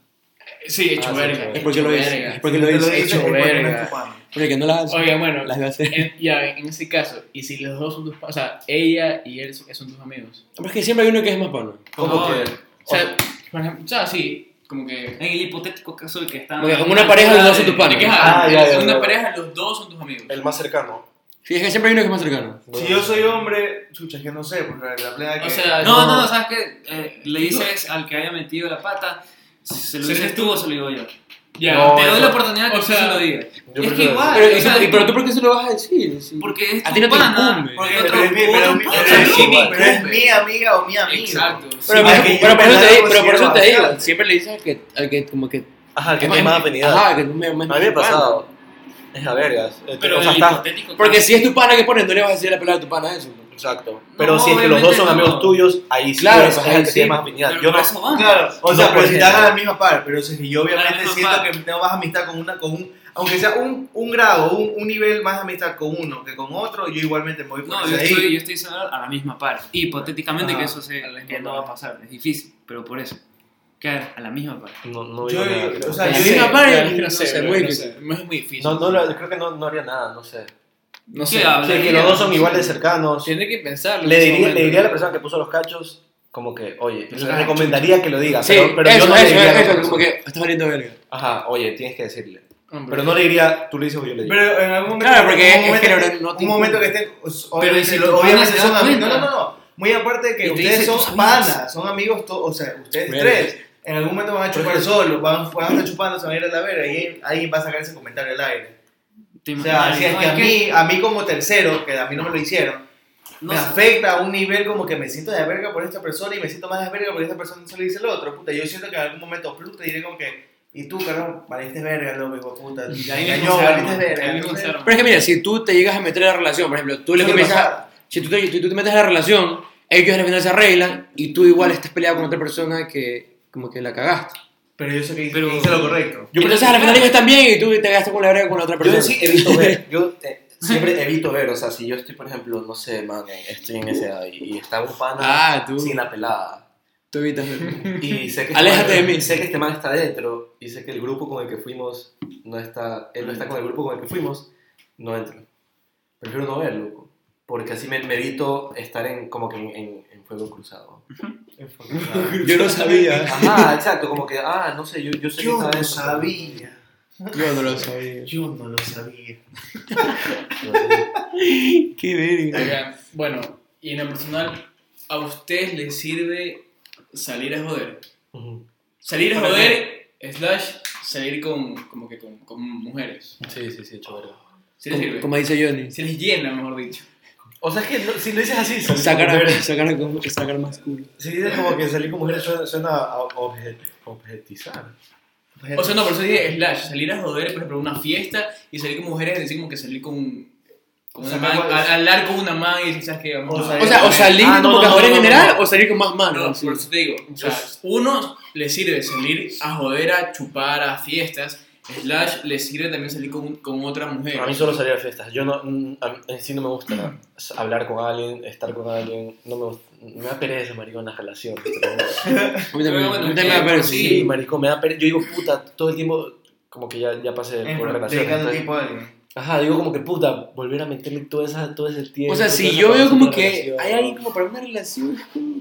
Speaker 6: Sí, hecho
Speaker 2: Ah, sí,
Speaker 6: verga.
Speaker 2: hecho
Speaker 3: Es porque
Speaker 6: hecho
Speaker 3: lo dice.
Speaker 6: verga.
Speaker 3: Es porque
Speaker 1: Si no
Speaker 3: lo
Speaker 1: te
Speaker 3: dice.
Speaker 1: dice,
Speaker 6: hecho
Speaker 1: es porque no
Speaker 6: verga.
Speaker 1: es tu pana.
Speaker 3: Porque no las hace.
Speaker 6: Oye, bueno,
Speaker 3: Las hace.
Speaker 6: en- ya, en ese caso, y si los dos son tus pa- o sea, ella y él son son tus amigos.
Speaker 3: Pero es que siempre hay uno que es más pano.
Speaker 2: Como
Speaker 5: No,
Speaker 2: que.
Speaker 6: O sea, por ejemplo, o sea, sí, como que...
Speaker 5: En el hipotético caso de que están.
Speaker 3: Porque como una pareja, los dos son tus
Speaker 6: Te
Speaker 3: panos.
Speaker 6: quejas,
Speaker 2: Ah, ya,
Speaker 6: en
Speaker 2: ya,
Speaker 6: una
Speaker 2: ya.
Speaker 6: pareja, los dos son tus amigos.
Speaker 2: El más cercano.
Speaker 3: Sí, es que siempre hay uno que es más cercano.
Speaker 1: Si yo soy hombre, chucha, es que no sé, pues la la plena que.
Speaker 6: O sea,
Speaker 5: No, no, no, sabes que le dices al que haya metido la pata, se lo
Speaker 6: Se
Speaker 5: dices
Speaker 6: le-
Speaker 5: tú o se lo digo yo.
Speaker 6: Ya,
Speaker 2: No,
Speaker 5: Te
Speaker 6: te
Speaker 5: doy
Speaker 6: doy
Speaker 5: la
Speaker 6: la
Speaker 5: oportunidad que
Speaker 6: o
Speaker 5: tú
Speaker 6: sea,
Speaker 5: se lo digas.
Speaker 2: Yo
Speaker 5: Es que
Speaker 2: prefiero-
Speaker 5: igual-
Speaker 3: Pero,
Speaker 5: Ah, o
Speaker 3: y-
Speaker 5: sea,
Speaker 3: y- pero tú, ¿por qué se lo vas a decir? Sí.
Speaker 5: Porque es
Speaker 3: A
Speaker 5: tu
Speaker 3: ti no te
Speaker 5: pana,
Speaker 3: incumbe.
Speaker 5: Porque
Speaker 1: Pero
Speaker 5: otro,
Speaker 1: es mi- pero es mi-
Speaker 5: otro
Speaker 1: pero
Speaker 5: pana.
Speaker 1: es
Speaker 6: sí,
Speaker 1: mi- pero es
Speaker 6: incumbe.
Speaker 1: mi amiga o mi amigo.
Speaker 6: Exacto. sí.
Speaker 3: Pero,
Speaker 1: Ah,
Speaker 3: por,
Speaker 1: que
Speaker 3: eso-
Speaker 1: yo
Speaker 3: pero por eso
Speaker 1: me
Speaker 3: te,
Speaker 1: la
Speaker 3: digo- pero por eso te
Speaker 1: considero
Speaker 3: digo,
Speaker 1: bastante.
Speaker 3: siempre le dices al que, al que como que...
Speaker 2: Ajá, el que
Speaker 3: es
Speaker 2: tiene más afinidad.
Speaker 3: Ajá, que me, me,
Speaker 2: A mí me ha pasado. Es a vergas. Eh,
Speaker 6: Pero
Speaker 2: o sea,
Speaker 6: el
Speaker 2: estás-
Speaker 6: hipotético...
Speaker 3: Porque si es tu pana que pones, no le vas a decir la palabra a tu pana eso. ¿no?
Speaker 2: Exacto. Pero si es que los
Speaker 5: obviamente
Speaker 2: dos son
Speaker 5: no.
Speaker 2: amigos tuyos, ahí sí
Speaker 3: Claro,
Speaker 2: eres
Speaker 3: pues,
Speaker 2: el
Speaker 3: ahí
Speaker 2: que
Speaker 3: sí.
Speaker 2: tiene más afinidad.
Speaker 5: Pero
Speaker 2: Yo no.
Speaker 5: para eso vamos.
Speaker 1: Claro, o
Speaker 2: No,
Speaker 1: sea,
Speaker 2: pero
Speaker 1: pues si
Speaker 2: es
Speaker 1: estás
Speaker 2: que-
Speaker 1: a la misma par, pero si yo
Speaker 5: A la
Speaker 1: obviamente
Speaker 5: misma
Speaker 1: siento
Speaker 5: par.
Speaker 1: que no vas a amistad con una, con un, aunque sea un, un grado, un, un nivel más de amistad con uno que con otro, yo igualmente me voy por
Speaker 5: No,
Speaker 1: ese
Speaker 5: yo
Speaker 1: ahí.
Speaker 5: estoy, yo estoy diciendo a la misma par. Hipotéticamente
Speaker 1: Ah,
Speaker 5: que eso se,
Speaker 6: a la misma
Speaker 5: que no
Speaker 6: par.
Speaker 5: va a pasar. Es difícil, pero por eso. Quedar a la misma par.
Speaker 2: No, no
Speaker 1: Yo-
Speaker 2: digo nada, creo.
Speaker 1: o sea,
Speaker 3: La
Speaker 1: yo
Speaker 6: sé,
Speaker 1: digo-
Speaker 3: misma par,
Speaker 6: la verdad es que
Speaker 3: no sé,
Speaker 6: bro,
Speaker 3: muy
Speaker 6: no
Speaker 3: difícil.
Speaker 6: sé, Es muy difícil.
Speaker 2: No, no lo- creo que no, no haría nada, no sé.
Speaker 6: No
Speaker 5: ¿Qué
Speaker 6: sé.
Speaker 5: habla?
Speaker 2: Si es que los dos son igual de cercanos,
Speaker 6: Tiene que pensarlo.
Speaker 2: le
Speaker 6: en ese
Speaker 2: diría,
Speaker 6: momento.
Speaker 2: le diría a la persona que puso los cachos, como que, oye,
Speaker 6: O
Speaker 2: le
Speaker 6: sea,
Speaker 2: recomendaría que lo diga,
Speaker 3: Sí,
Speaker 2: pero, pero
Speaker 3: eso,
Speaker 2: yo no le
Speaker 3: eso,
Speaker 2: diría a la
Speaker 3: eso,
Speaker 2: persona.
Speaker 3: como que "Ah, estás valiendo verga.
Speaker 2: Ajá, oye, tienes que decirle.
Speaker 6: Hombre.
Speaker 2: Pero no le diría, tú le dices o yo le digo.
Speaker 1: Pero en algún momento.
Speaker 3: Claro, porque
Speaker 1: un
Speaker 3: es que
Speaker 1: momento
Speaker 3: ahora
Speaker 1: que-
Speaker 3: no te
Speaker 1: Un momento que
Speaker 3: incumbe.
Speaker 1: estén. os-
Speaker 5: Pero
Speaker 1: Obviamente,
Speaker 5: si tu
Speaker 1: lo- obviamente
Speaker 5: pana se
Speaker 1: son
Speaker 5: da
Speaker 1: amigos. No,
Speaker 5: cuenta.
Speaker 1: no, no, no. Muy aparte de
Speaker 5: Y
Speaker 1: que
Speaker 5: te
Speaker 1: ustedes
Speaker 5: dice, "Tú
Speaker 1: son
Speaker 5: sabías".
Speaker 1: panas, son amigos, to- o sea, ustedes
Speaker 3: Verga.
Speaker 1: tres. En algún momento van a chupar solos, van, van a estar chupando, se van a ir a la verga y ahí va a sacar ese comentario al aire.
Speaker 5: Te
Speaker 1: O sea,
Speaker 5: imaginas,
Speaker 1: si es
Speaker 5: no,
Speaker 1: que a
Speaker 5: es
Speaker 1: mí, a mí como tercero, que a mí no me lo hicieron,
Speaker 5: no
Speaker 1: me
Speaker 5: sé.
Speaker 1: afecta a un nivel como que me siento de verga por esta persona y me siento más de verga porque esta persona se lo dice el otro. Puta, yo siento que en algún momento plus te diré como que, y tú, carajo, valiste verga, loco, hijo de puta.
Speaker 5: Y
Speaker 1: Ya
Speaker 5: ahí
Speaker 1: engañó,
Speaker 5: mismo se arma,
Speaker 1: valiste verga.
Speaker 5: ahí mismo se
Speaker 1: entonces,
Speaker 5: arma.
Speaker 3: Pero es que mira, si tú te llegas a meter en la relación, por ejemplo, tú le
Speaker 1: suele
Speaker 3: comienzas,
Speaker 1: pasar.
Speaker 3: si tú te, si tú te metes en la relación, ellos al final se arreglan y tú igual estás peleado con otra persona que como que la cagaste.
Speaker 1: Pero yo sé que hice,
Speaker 5: Pero-
Speaker 1: que hice lo correcto.
Speaker 3: Y entonces al final ellos están bien y tú te cagaste con la verga con la otra persona.
Speaker 2: Yo sí evito ver, yo eh, siempre evito ver, o sea, si yo estoy, por ejemplo, no sé, man, eh, estoy en esa edad y, y está un pana
Speaker 3: Ah, tú,
Speaker 2: sin la pelada.
Speaker 3: tú evitas verlo.
Speaker 2: Y sé que
Speaker 3: Aléjate
Speaker 2: este man-
Speaker 3: de mí.
Speaker 2: Sé que este man está adentro y sé que el grupo con el que fuimos no está, él no está con el grupo con el que fuimos, no entro. Prefiero no verlo, loco, porque así me, me evito estar en, como que en, en- en fuego cruzado.
Speaker 3: Yo no sabía.
Speaker 2: Ajá, exacto, como que, ah, no sé, yo, yo sé que
Speaker 1: Yo
Speaker 2: está
Speaker 1: no
Speaker 2: adentro.
Speaker 1: sabía.
Speaker 3: Yo no lo sabía.
Speaker 1: Yo no lo sabía.
Speaker 3: Qué verga.
Speaker 6: Oigan, Bueno, y en lo personal, ¿a ustedes les sirve salir a joder?
Speaker 2: Ujú.
Speaker 6: Salir a
Speaker 2: Para
Speaker 6: joder, slash, salir con, como que con, con mujeres.
Speaker 2: Sí, sí, sí, hecho verga.
Speaker 6: ¿Sí les sirve?
Speaker 3: Como dice Johnny.
Speaker 6: Se les llena, mejor dicho.
Speaker 2: O sea, es que no- si lo dices así, son-
Speaker 3: Sacar, a- sacar, a- como que sacar más culo.
Speaker 2: Sí, dices como que salir con mujeres suena, suena a obje- objetizar.
Speaker 6: O sea, no, por eso dije slash, salir a joder, por ejemplo, una fiesta y salir con mujeres, es decir, como que salir con. con
Speaker 1: O
Speaker 6: una
Speaker 1: sea,
Speaker 6: man,
Speaker 1: igual-
Speaker 6: a- hablar con una man y decir, ¿sabes qué? Vamos
Speaker 1: O
Speaker 6: a-
Speaker 1: sea,
Speaker 3: O sea, o salir
Speaker 2: Ah, no,
Speaker 3: como
Speaker 2: no,
Speaker 3: que
Speaker 2: no,
Speaker 3: joder en
Speaker 2: no, no,
Speaker 3: general o salir con más
Speaker 6: No,
Speaker 3: manos. sí.
Speaker 6: por eso te digo, o sea,
Speaker 2: Yo-
Speaker 6: unos le sirve salir a joder, a chupar, a fiestas, Slash le sirve también salir con, con otra mujer.
Speaker 2: A mí solo salir a fiestas. Yo no, mm, a mí- en sí no me gusta hablar con alguien, estar con alguien. No me gusta. Me da pereza, maricón, las relaciones. pero-
Speaker 3: A mí también,
Speaker 6: Pero bueno,
Speaker 3: a mí también me
Speaker 6: que-
Speaker 3: parece.
Speaker 2: sí, maricón, me da pereza. Yo digo, puta, todo el tiempo como que ya, ya pasé por
Speaker 1: Dedicando
Speaker 2: relaciones. entonces-
Speaker 1: tiempo a alguien.
Speaker 2: Ajá, digo como que, puta, volver a meterle todo, esa, todo ese tiempo.
Speaker 3: O sea,
Speaker 2: toda
Speaker 3: si
Speaker 2: esa
Speaker 3: yo veo como
Speaker 2: relación.
Speaker 3: que hay alguien como para una relación, es como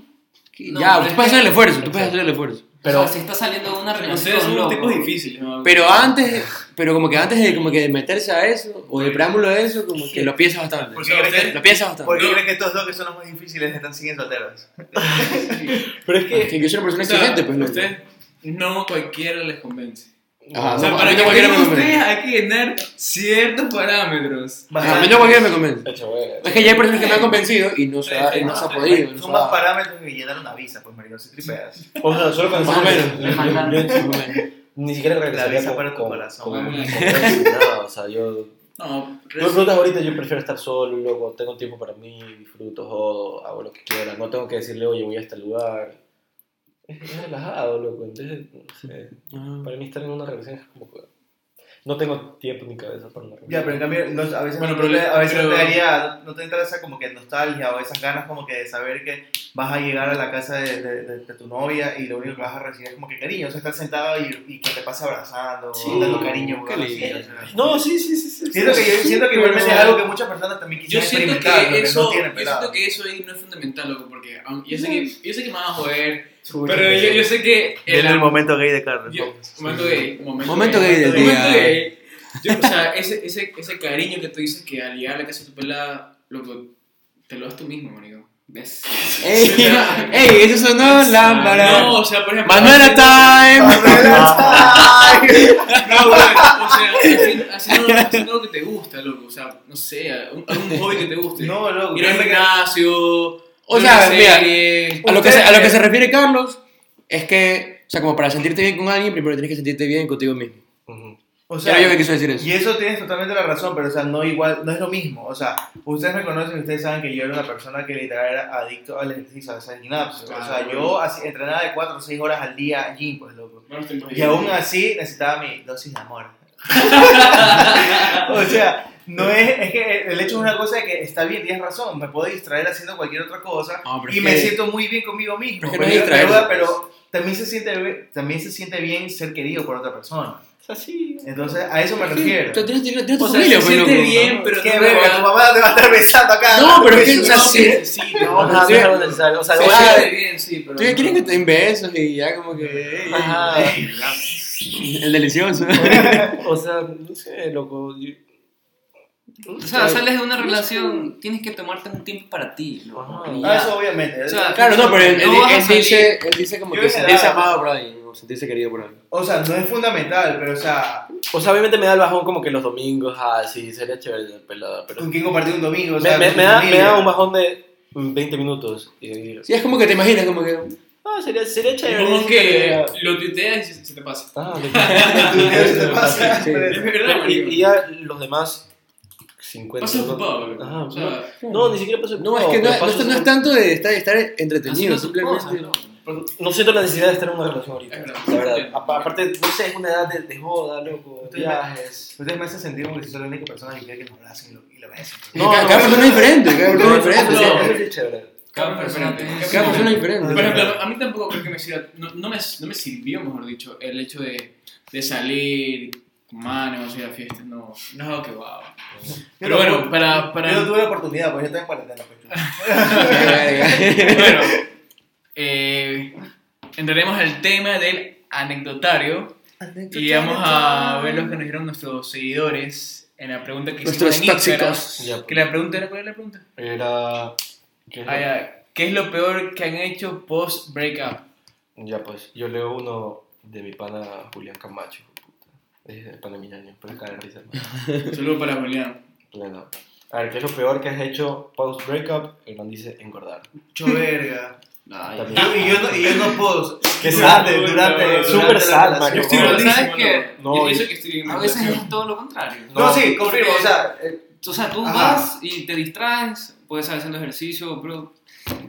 Speaker 3: que
Speaker 5: No,
Speaker 3: ya,
Speaker 1: pues
Speaker 5: pero
Speaker 3: tú
Speaker 5: es
Speaker 3: puedes
Speaker 5: que-
Speaker 3: hacer el esfuerzo, tú puedes hacer el esfuerzo.
Speaker 2: Pero,
Speaker 5: o sea, si estás saliendo de una relación,
Speaker 6: Ustedes son unos
Speaker 5: loco.
Speaker 6: tipos difíciles. ¿no?
Speaker 3: Pero antes, pero como que antes de como que de meterse a eso, o de preámbulo a eso, como que lo piensas bastante.
Speaker 1: ¿Por
Speaker 6: No,
Speaker 1: qué crees
Speaker 6: ustedes-
Speaker 1: que-
Speaker 3: Lo piensas bastante.
Speaker 1: por qué crees que estos dos que son los más difíciles están siguiendo solteros?
Speaker 2: pero es que.
Speaker 3: Que yo soy una persona
Speaker 6: O sea,
Speaker 3: exigente, pues. loco.
Speaker 6: ustedes no cualquiera les convence.
Speaker 3: Ajá,
Speaker 6: O sea,
Speaker 3: no, a
Speaker 6: para
Speaker 3: mí
Speaker 6: que
Speaker 3: no cualquiera me
Speaker 6: lleguen ustedes
Speaker 3: convence.
Speaker 6: hay que llenar ciertos parámetros.
Speaker 3: Ajá, A mí no cualquiera me convence.
Speaker 2: Hecho, güey.
Speaker 3: Es que ya hay personas que me han convencido y no se ha, y no se ha podido. no se
Speaker 1: Son más
Speaker 3: ha-
Speaker 1: parámetros que llenar una visa, pues, marico, si tripeas.
Speaker 2: O sea, solo con
Speaker 3: Más o menos.
Speaker 2: Yo- yo- yo- Ni siquiera
Speaker 1: La
Speaker 2: regresaría
Speaker 1: visa
Speaker 2: con,
Speaker 1: para tu
Speaker 2: con-
Speaker 1: corazón.
Speaker 2: con- con eso, nada, o sea, yo...
Speaker 6: No,
Speaker 2: Yo me preguntas ahorita, yo prefiero estar solo, loco, tengo tiempo para mí, disfruto, jodo, hago lo que quiera, no tengo que decirle, oye, voy a este lugar. Es es relajado, loco, entonces, no sé,
Speaker 3: Ajá.
Speaker 2: para mí estar en una relación es como que... No tengo tiempo ni cabeza para una relación.
Speaker 1: Ya, pero en cambio, no- a veces,
Speaker 6: Bueno,
Speaker 1: no,
Speaker 6: pero-
Speaker 1: te, a veces
Speaker 6: pero-
Speaker 1: no te daría, no te entra esa como que nostalgia o esas ganas como que de saber que vas a llegar a la casa de, de- de- de tu novia y lo único que vas a recibir es como que cariño, o sea, estar sentado y, y que te pase abrazando,
Speaker 2: Sí,
Speaker 1: dando cariño,
Speaker 3: qué
Speaker 1: weón, así,
Speaker 3: lindo.
Speaker 1: o sea.
Speaker 2: No, sí, sí, sí. sí
Speaker 1: Siento que,
Speaker 2: sí,
Speaker 1: yo, siento que
Speaker 2: pero-
Speaker 1: igualmente es algo que muchas personas también
Speaker 6: Yo
Speaker 1: quisieran
Speaker 6: siento
Speaker 1: experimentar, lo
Speaker 6: que
Speaker 1: no tienen,
Speaker 6: eso, yo siento
Speaker 1: pelado.
Speaker 6: que eso ahí no es fundamental, loco, porque aun- yo sé que, yo sé que me van a joder,
Speaker 2: Chucha,
Speaker 6: pero yo, yo sé que...
Speaker 1: Denle
Speaker 6: am-
Speaker 1: momento gay de Carlos.
Speaker 6: yo- momento gay. Momento,
Speaker 3: Momento gay del
Speaker 6: momento
Speaker 3: día.
Speaker 6: gay. Yo, o sea, ese, ese, ese cariño que tú dices que al llegar a la casa de tu pelada, loco, te lo das tú mismo, marico. Es-
Speaker 3: ¡Ey! ¡Ey! Eso sonó lámpara.
Speaker 6: No, o sea, por ejemplo...
Speaker 3: ¡Manuela Time!
Speaker 6: No, bueno, o sea, haciendo, haciendo, haciendo algo que te gusta, loco. O sea, no sé, un, un hobby que te guste.
Speaker 1: No, loco,
Speaker 6: Ir al
Speaker 1: créeme que-
Speaker 6: gimnasio. O
Speaker 3: sea, mira, A lo, que se, a lo que
Speaker 1: Ustedes-
Speaker 3: se refiere Carlos es que, o sea, como para sentirte bien con alguien, primero tienes que sentirte bien contigo mismo.
Speaker 2: Ujú.
Speaker 1: O
Speaker 3: O
Speaker 1: sea,
Speaker 3: sea, yo me quiso decir eso.
Speaker 1: Y eso tienes totalmente la razón, pero o sea, no igual, no es lo mismo. O sea, ustedes me conocen, ustedes saben que yo era una persona que literal era adicto al ejercicio, al hacer gimnasio. O sea,
Speaker 6: Claro.
Speaker 1: yo así, entrenaba de 4 o 6 horas al día allí, pues loco.
Speaker 6: Bueno,
Speaker 1: Y aún así necesitaba mi dosis de amor. o sea, no es, es que el hecho es una cosa de que está bien, tienes razón, me puedo distraer haciendo cualquier otra cosa
Speaker 3: No, pero es
Speaker 1: y me
Speaker 3: que-
Speaker 1: siento muy bien conmigo mismo.
Speaker 3: Pero es que
Speaker 1: pero,
Speaker 3: no es distraerse,
Speaker 1: pero-
Speaker 3: pues.
Speaker 1: pero también se siente be- también se siente bien ser querido por otra persona.
Speaker 2: O sea, sí.
Speaker 1: Entonces, a eso me
Speaker 3: Sí,
Speaker 1: refiero.
Speaker 3: tú tienes- tienes- tienes tu
Speaker 6: O sea,
Speaker 3: familia,
Speaker 6: se
Speaker 3: pues,
Speaker 6: siente
Speaker 3: loco. Ah,
Speaker 6: bien, pero
Speaker 1: ¿Qué,
Speaker 6: no
Speaker 1: bro?
Speaker 6: verga.
Speaker 1: Tu mamá te va a estar besando acá.
Speaker 3: No, pero es que, o sea,
Speaker 6: No,
Speaker 3: sí.
Speaker 6: sí, sí, no.
Speaker 2: Ajá,
Speaker 3: sí.
Speaker 2: no es algo necesario, Ah, o sea,
Speaker 6: Se
Speaker 2: voy a-
Speaker 3: sí.
Speaker 6: siente bien, sí, pero.
Speaker 3: Tú ya quieres que te den besos y ya como que... ey,
Speaker 2: Ajá.
Speaker 3: El delicioso.
Speaker 2: O sea, no sé, loco. yo-
Speaker 5: O sea, sales de una relación, tienes que tomarte un tiempo para ti, loco.
Speaker 2: Ajá.
Speaker 5: Y
Speaker 1: Ah,
Speaker 5: ya.
Speaker 1: eso obviamente.
Speaker 5: O sea,
Speaker 3: Claro, no, pero él,
Speaker 5: No
Speaker 3: él-
Speaker 5: vas a
Speaker 3: él
Speaker 5: salir.
Speaker 3: dice, él dice como
Speaker 1: Yo
Speaker 3: que
Speaker 1: en
Speaker 3: sentirse
Speaker 1: general-
Speaker 3: amado por alguien, o sentirse querido por alguien.
Speaker 1: o sea, no es fundamental, pero o sea,
Speaker 2: O sea, obviamente me da el bajón como que los domingos, ah, sí, sería chévere la pelada, pero...
Speaker 1: con quién compartir un domingo. O
Speaker 2: me,
Speaker 1: sea,
Speaker 2: me-
Speaker 1: con tu
Speaker 2: me da, me
Speaker 1: familia.
Speaker 2: da un bajón de mm, 20 minutos. Y, y-
Speaker 3: Sí, es como que te imaginas como que... hmm.
Speaker 2: ah, sería, sería chévere.
Speaker 6: Como
Speaker 2: sí,
Speaker 6: que
Speaker 2: sería-
Speaker 6: lo tuiteas y se, se te pasa.
Speaker 2: Ah, de-
Speaker 1: Tú, ¿qué se te pasa?
Speaker 3: Sí.
Speaker 6: Es verdad,
Speaker 2: y,
Speaker 6: marico.
Speaker 2: y ya los demás 50
Speaker 6: Pasas
Speaker 2: minutos.
Speaker 6: ocupado, loco.
Speaker 2: Ajá,
Speaker 6: O sea,
Speaker 2: No, ni siquiera paso
Speaker 3: No, es que
Speaker 2: pero
Speaker 3: no, no,
Speaker 2: paso
Speaker 3: esto no es
Speaker 2: solo-
Speaker 3: tanto de estar, estar entretenido,
Speaker 5: haciendo tus cosas,
Speaker 3: simplemente...
Speaker 5: loco.
Speaker 2: no siento la necesidad de estar en una relación ahorita.
Speaker 6: Es verdad.
Speaker 2: La verdad. Apa- Aparte, no sé, es una edad de, de joda, loco.
Speaker 1: Estoy-
Speaker 2: Viajes.
Speaker 1: Ustedes me hacen sentir como que soy la única persona que quiere que nos abracen y lo, y lo besen.
Speaker 2: No,
Speaker 3: cada,
Speaker 2: no,
Speaker 3: cada
Speaker 2: no,
Speaker 3: persona
Speaker 2: no,
Speaker 3: es diferente, cada
Speaker 2: No,
Speaker 3: persona es
Speaker 2: eso-
Speaker 3: diferente.
Speaker 2: eso-
Speaker 6: no.
Speaker 2: eso sí es chévere.
Speaker 6: cada persona tiene-
Speaker 5: Cada
Speaker 3: Cada persona es
Speaker 6: Por
Speaker 3: diferente.
Speaker 6: ejemplo, a mí tampoco creo que me sirva, no, no me, no me sirvió, mejor dicho, el hecho de, de salir, mano, vamos a ir a fiestas, no, no es algo que wow. Pero bueno, para, para,
Speaker 1: Yo no tuve la oportunidad, pues yo estaba en cuarentena. pues.
Speaker 6: bueno, eh, entraremos al tema del anecdotario y vamos a ver lo que nos dieron nuestros seguidores en la pregunta que hicimos
Speaker 3: Nuestros
Speaker 6: en Instagram.
Speaker 3: tóxicos.
Speaker 2: Ya,
Speaker 6: Que la pregunta era, ¿cuál era la pregunta?
Speaker 2: Era. ¿qué es lo
Speaker 6: Ah, ya, ¿Qué es lo peor que han hecho post breakup?
Speaker 2: Ya pues, yo leo uno de mi pana Julián Camacho. puta. Es el pana miñaño, pero cae de risa. hermano.
Speaker 6: Saludos para Julián.
Speaker 2: Pleno. A ver, ¿qué es lo peor que has hecho post breakup? El man dice engordar.
Speaker 1: Mucho verga.
Speaker 2: También.
Speaker 1: Yo- Y yo no, y yo no puedo.
Speaker 2: Qué
Speaker 1: durante,
Speaker 2: sad,
Speaker 1: durante,
Speaker 2: súper
Speaker 1: durante la
Speaker 2: sad,
Speaker 1: relación.
Speaker 2: Mario. Yo
Speaker 6: Yo
Speaker 2: estoy
Speaker 6: estoy gordísimo,
Speaker 5: ¿Sabes qué?
Speaker 2: No,
Speaker 6: Yo
Speaker 2: y-
Speaker 6: pienso que estoy en
Speaker 5: A veces
Speaker 6: relación.
Speaker 5: es todo lo contrario.
Speaker 1: No, sí, confirmo, o sea, eh,
Speaker 5: O sea, tú
Speaker 1: Ajá.
Speaker 5: vas y te distraes, puedes estar haciendo ejercicio, bro.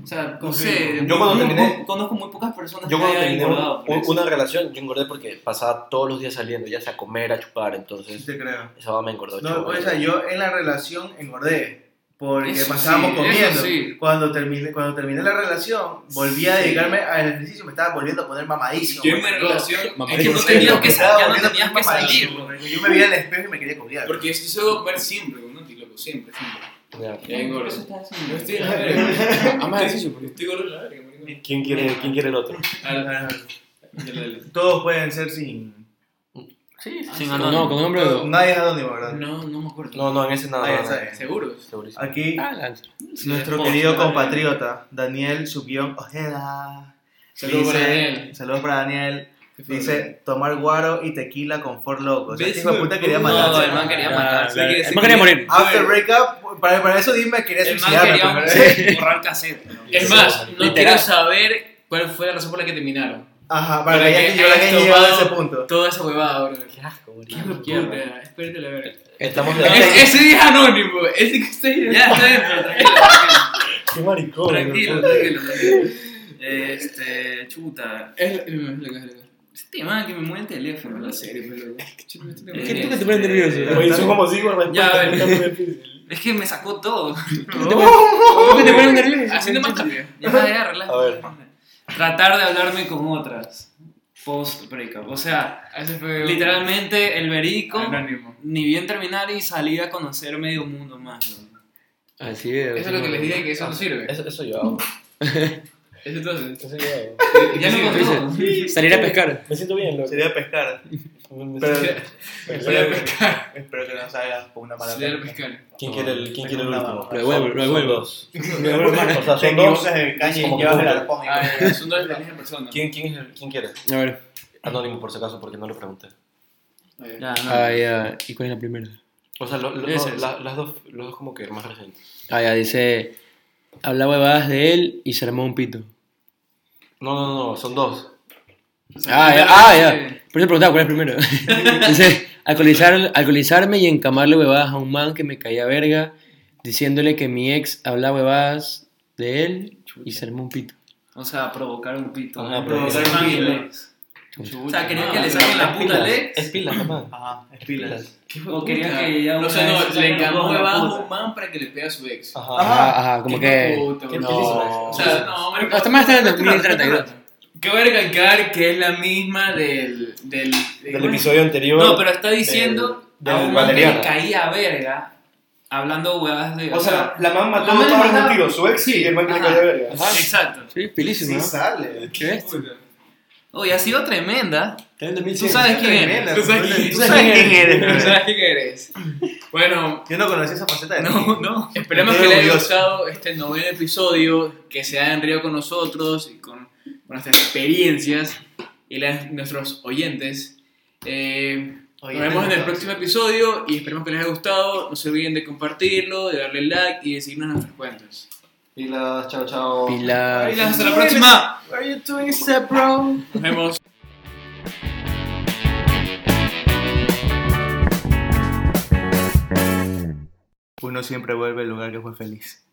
Speaker 5: O sea, no
Speaker 1: Confirmo.
Speaker 5: sé.
Speaker 2: Yo cuando
Speaker 5: muy-
Speaker 2: terminé-
Speaker 5: Conozco muy pocas personas
Speaker 2: Yo
Speaker 5: que
Speaker 2: cuando
Speaker 5: hayan
Speaker 2: terminé
Speaker 5: engordado. por
Speaker 2: un-
Speaker 5: eso.
Speaker 2: una relación, yo engordé porque pasaba todos los días saliendo, ya sea a comer, a chupar,
Speaker 1: Sí
Speaker 2: entonces
Speaker 1: te creo.
Speaker 2: esa va me engordó.
Speaker 1: No, pues,
Speaker 2: chico,
Speaker 1: o sea, yo en la relación engordé. Porque
Speaker 5: Eso
Speaker 1: pasábamos
Speaker 5: sí, eso
Speaker 1: comiendo.
Speaker 5: sí.
Speaker 1: Cuando, terminé, cuando terminé la relación, volví a
Speaker 5: Sí.
Speaker 1: dedicarme al ejercicio. Me estaba volviendo a poner mamadísimo. pues.
Speaker 6: Yo en
Speaker 1: güey.
Speaker 6: mi relación
Speaker 3: Mamá,
Speaker 6: es que no
Speaker 3: sí,
Speaker 6: tenías
Speaker 3: pero
Speaker 6: que
Speaker 1: Me estaba
Speaker 6: salir, ya no
Speaker 1: volviendo
Speaker 6: tenías que
Speaker 1: mamadísimo,
Speaker 6: salir.
Speaker 1: güey. Yo me veía al espejo y me quería copiar.
Speaker 6: Porque yo suelo comer siempre, ¿no? Y loco, siempre, siempre.
Speaker 2: Ya.
Speaker 6: Ya
Speaker 5: Por
Speaker 6: engordo.
Speaker 5: eso estás
Speaker 6: Yo
Speaker 5: haciendo.
Speaker 6: estoy en la verga.
Speaker 3: Ah, más ejercicio, porque-
Speaker 6: Estoy gordo en la verga, marico.
Speaker 2: ¿Quién quiere, ¿Quién quiere el otro?
Speaker 6: A la- dale, dale.
Speaker 1: Todos pueden ser sin.
Speaker 6: Sí,
Speaker 5: Ah,
Speaker 6: sí.
Speaker 5: sí.
Speaker 3: No, no, con hombre.
Speaker 1: Nadie es anónimo, ¿verdad?
Speaker 5: No, no me acuerdo.
Speaker 2: No, no, en ese nada.
Speaker 1: Ah, ya
Speaker 2: nada,
Speaker 1: sabes.
Speaker 6: ¿Seguros?
Speaker 2: segurísimo.
Speaker 1: Aquí,
Speaker 3: Ah, lanza.
Speaker 6: Sí,
Speaker 1: nuestro
Speaker 6: ya.
Speaker 1: querido
Speaker 6: Dale.
Speaker 1: compatriota, Daniel Subión Ojeda.
Speaker 6: Saludos para
Speaker 1: dice-
Speaker 6: Daniel.
Speaker 1: Saludos para Daniel. Dice, tomar guaro y tequila con For Loco. O sea, este
Speaker 6: ¿Ves?
Speaker 1: hijo de puta quería
Speaker 6: No,
Speaker 1: matarse.
Speaker 6: el man quería
Speaker 3: Claro,
Speaker 6: matarse.
Speaker 3: claro. Ah,
Speaker 6: Quiere
Speaker 3: El
Speaker 6: decir
Speaker 3: man quería
Speaker 6: que-
Speaker 3: morir.
Speaker 1: After breakup, para, para eso dime, quería
Speaker 6: El man
Speaker 1: suicidarme.
Speaker 6: quería
Speaker 1: primero.
Speaker 6: borrar cassette. ¿no?
Speaker 2: Sí.
Speaker 6: Es más, no
Speaker 3: Literal.
Speaker 6: quiero saber cuál fue la razón por la que terminaron.
Speaker 1: Ajá, para,
Speaker 6: Para
Speaker 1: que haya
Speaker 6: que
Speaker 1: yo la haya
Speaker 6: hayas
Speaker 1: llegado a
Speaker 6: tomado-
Speaker 1: ese punto.
Speaker 6: Toda esa huevada, bro.
Speaker 2: Qué asco,
Speaker 6: Qué
Speaker 2: boludo.
Speaker 6: puta, espérate la verga.
Speaker 2: Estamos de
Speaker 6: Es- Ese día es anónimo, ese que está ahí.
Speaker 5: Ya, está bien, pero tranquilo.
Speaker 2: Qué maricón.
Speaker 5: Tranquilo, tranquilo, tranquilo. Este, chuta.
Speaker 6: Es lo que es lo que
Speaker 5: Este man que me mueve el teléfono, la
Speaker 6: La
Speaker 5: serie.
Speaker 6: serie, pero. Chuta, me
Speaker 5: Eh,
Speaker 6: estoy
Speaker 3: Es que tú
Speaker 6: nervioso.
Speaker 5: este,
Speaker 3: que te pones nervioso.
Speaker 1: Oye,
Speaker 3: ¿verdad?
Speaker 1: son
Speaker 2: como cinco
Speaker 5: Ya, a ver.
Speaker 2: ver.
Speaker 5: Es que me sacó todo.
Speaker 3: Tú que te pones nervioso.
Speaker 6: Haciendo más rápido.
Speaker 5: Ya, ya, relaja.
Speaker 2: A ver.
Speaker 5: Tratar de hablarme con otras. Post breakup. O sea,
Speaker 6: Ese fue. un-
Speaker 5: literalmente el verico.
Speaker 6: Anónimo.
Speaker 5: Ni bien terminar y salir a conocer medio mundo más. ¿no?
Speaker 3: Así es.
Speaker 6: Eso es lo que les dije que eso no sirve.
Speaker 2: Eso, eso yo hago.
Speaker 6: Eso entonces.
Speaker 2: Eso yo hago.
Speaker 5: Ya
Speaker 6: Sí,
Speaker 5: no
Speaker 6: tú dices,
Speaker 5: contó.
Speaker 3: Salir a pescar.
Speaker 2: Me siento bien, loco.
Speaker 1: Sería pescar.
Speaker 2: Me
Speaker 1: Pero,
Speaker 2: siento bien.
Speaker 6: Salir a
Speaker 1: espero,
Speaker 6: pescar.
Speaker 1: espero que no salgas por una mala
Speaker 6: Salir a
Speaker 1: técnica.
Speaker 6: pescar.
Speaker 2: ¿Quién quiere el, quién quiere el
Speaker 1: Tengo una
Speaker 2: último?
Speaker 3: Lo devuelvo,
Speaker 2: Son-
Speaker 3: lo devuelvo.
Speaker 2: son dos.
Speaker 3: Me vuelvo
Speaker 2: O
Speaker 3: mal.
Speaker 2: sea,
Speaker 1: Te
Speaker 2: son dos.
Speaker 1: equivocas de calle y
Speaker 2: Como
Speaker 1: llevas el
Speaker 2: punto.
Speaker 1: arpón.
Speaker 6: Ah, ya, son dos de la misma persona.
Speaker 2: ¿Quién, quién, es el- ¿Quién quiere?
Speaker 3: A ver.
Speaker 2: Anónimo, por si acaso, porque no le pregunté.
Speaker 6: Ah, ya.
Speaker 5: Ya, no.
Speaker 3: Ah, ya. ¿Y cuál es la primera?
Speaker 2: O sea, lo- lo-
Speaker 3: Ese,
Speaker 2: no,
Speaker 3: ese.
Speaker 2: la- las dos, los dos como que más recientes.
Speaker 3: Ah, ya, dice. Habla huevadas de él y se armó un pito.
Speaker 2: No, no, no, son dos.
Speaker 3: Ah, ya, ah, ya. Por eso preguntaba cuál es primero. Dice, alcoholizar, alcoholizarme y encamarle huevadas a un man que me caía verga, diciéndole que mi ex habla huevadas de él y se armó un pito.
Speaker 5: O sea, provocar un pito.
Speaker 2: Ajá,
Speaker 1: provocar un
Speaker 5: Hermano,
Speaker 1: pito.
Speaker 5: Alex. O sea, querían
Speaker 6: no,
Speaker 5: que le
Speaker 6: no,
Speaker 5: saquen la
Speaker 2: Es
Speaker 5: puta
Speaker 2: pilas,
Speaker 5: Lex.
Speaker 2: Es pilas, mamá.
Speaker 1: Ajá, es pilas.
Speaker 5: O querían que ya
Speaker 6: No,
Speaker 5: una
Speaker 6: o sea,
Speaker 5: vez
Speaker 6: no,
Speaker 5: se
Speaker 6: le
Speaker 5: saquen la
Speaker 6: encargó
Speaker 5: puta.
Speaker 6: huevadas a un man para que le pegue a su ex.
Speaker 2: Ajá.
Speaker 3: Ajá, Ah, ajá, como
Speaker 6: Qué
Speaker 3: que.
Speaker 6: puta,
Speaker 2: Ah, ¿Qué
Speaker 6: bro.
Speaker 2: pilas son
Speaker 3: No.
Speaker 2: esas?
Speaker 6: O sea, no, marico.
Speaker 3: Hasta más está Este en el
Speaker 6: Espérate, espérate,
Speaker 3: 2032.
Speaker 6: espérate. Cabe recalcar que es la misma del. del,
Speaker 2: Del episodio anterior.
Speaker 5: No, pero está diciendo
Speaker 2: del
Speaker 5: a un man que le
Speaker 2: Valeriana.
Speaker 5: caía a verga hablando huevadas de.
Speaker 1: O sea, la man mató
Speaker 6: La man
Speaker 1: a todos
Speaker 6: mataba-
Speaker 1: los motivos. Su ex y el man que le
Speaker 5: Ajá.
Speaker 1: cayó verga.
Speaker 3: Ajá.
Speaker 5: exacto.
Speaker 3: Sí, pilísimo,
Speaker 1: Sí,
Speaker 3: ¿no?
Speaker 1: sale.
Speaker 3: ¿Qué ves?
Speaker 5: Oye, ha sido tremenda.
Speaker 3: Tú
Speaker 5: Tú sabes quién
Speaker 1: Tremenda,
Speaker 5: eres.
Speaker 6: Tú sabes
Speaker 1: tremenda.
Speaker 6: quién-
Speaker 1: Tú sabes quién eres.
Speaker 6: ¿No
Speaker 1: bro.
Speaker 6: sabes quién eres? Bueno,
Speaker 1: Yo no conocía esa faceta de ti.
Speaker 5: No, no.
Speaker 6: esperemos
Speaker 1: Estoy
Speaker 6: que les haya
Speaker 1: orgulloso.
Speaker 6: gustado este noveno episodio, que se hayan reído con nosotros y con nuestras experiencias y las- nuestros oyentes. Eh,
Speaker 1: Oye,
Speaker 6: nos vemos en el
Speaker 1: no.
Speaker 6: próximo episodio y esperemos que les haya gustado. No se olviden de compartirlo, de darle like y de seguirnos en nuestras cuentas.
Speaker 2: Pilas, chao, chao.
Speaker 3: Pilas.
Speaker 6: Bailas, hasta la próxima.
Speaker 1: Why are you doing that, bro?
Speaker 6: Nos vemos.
Speaker 1: Uno siempre vuelve al lugar que fue feliz.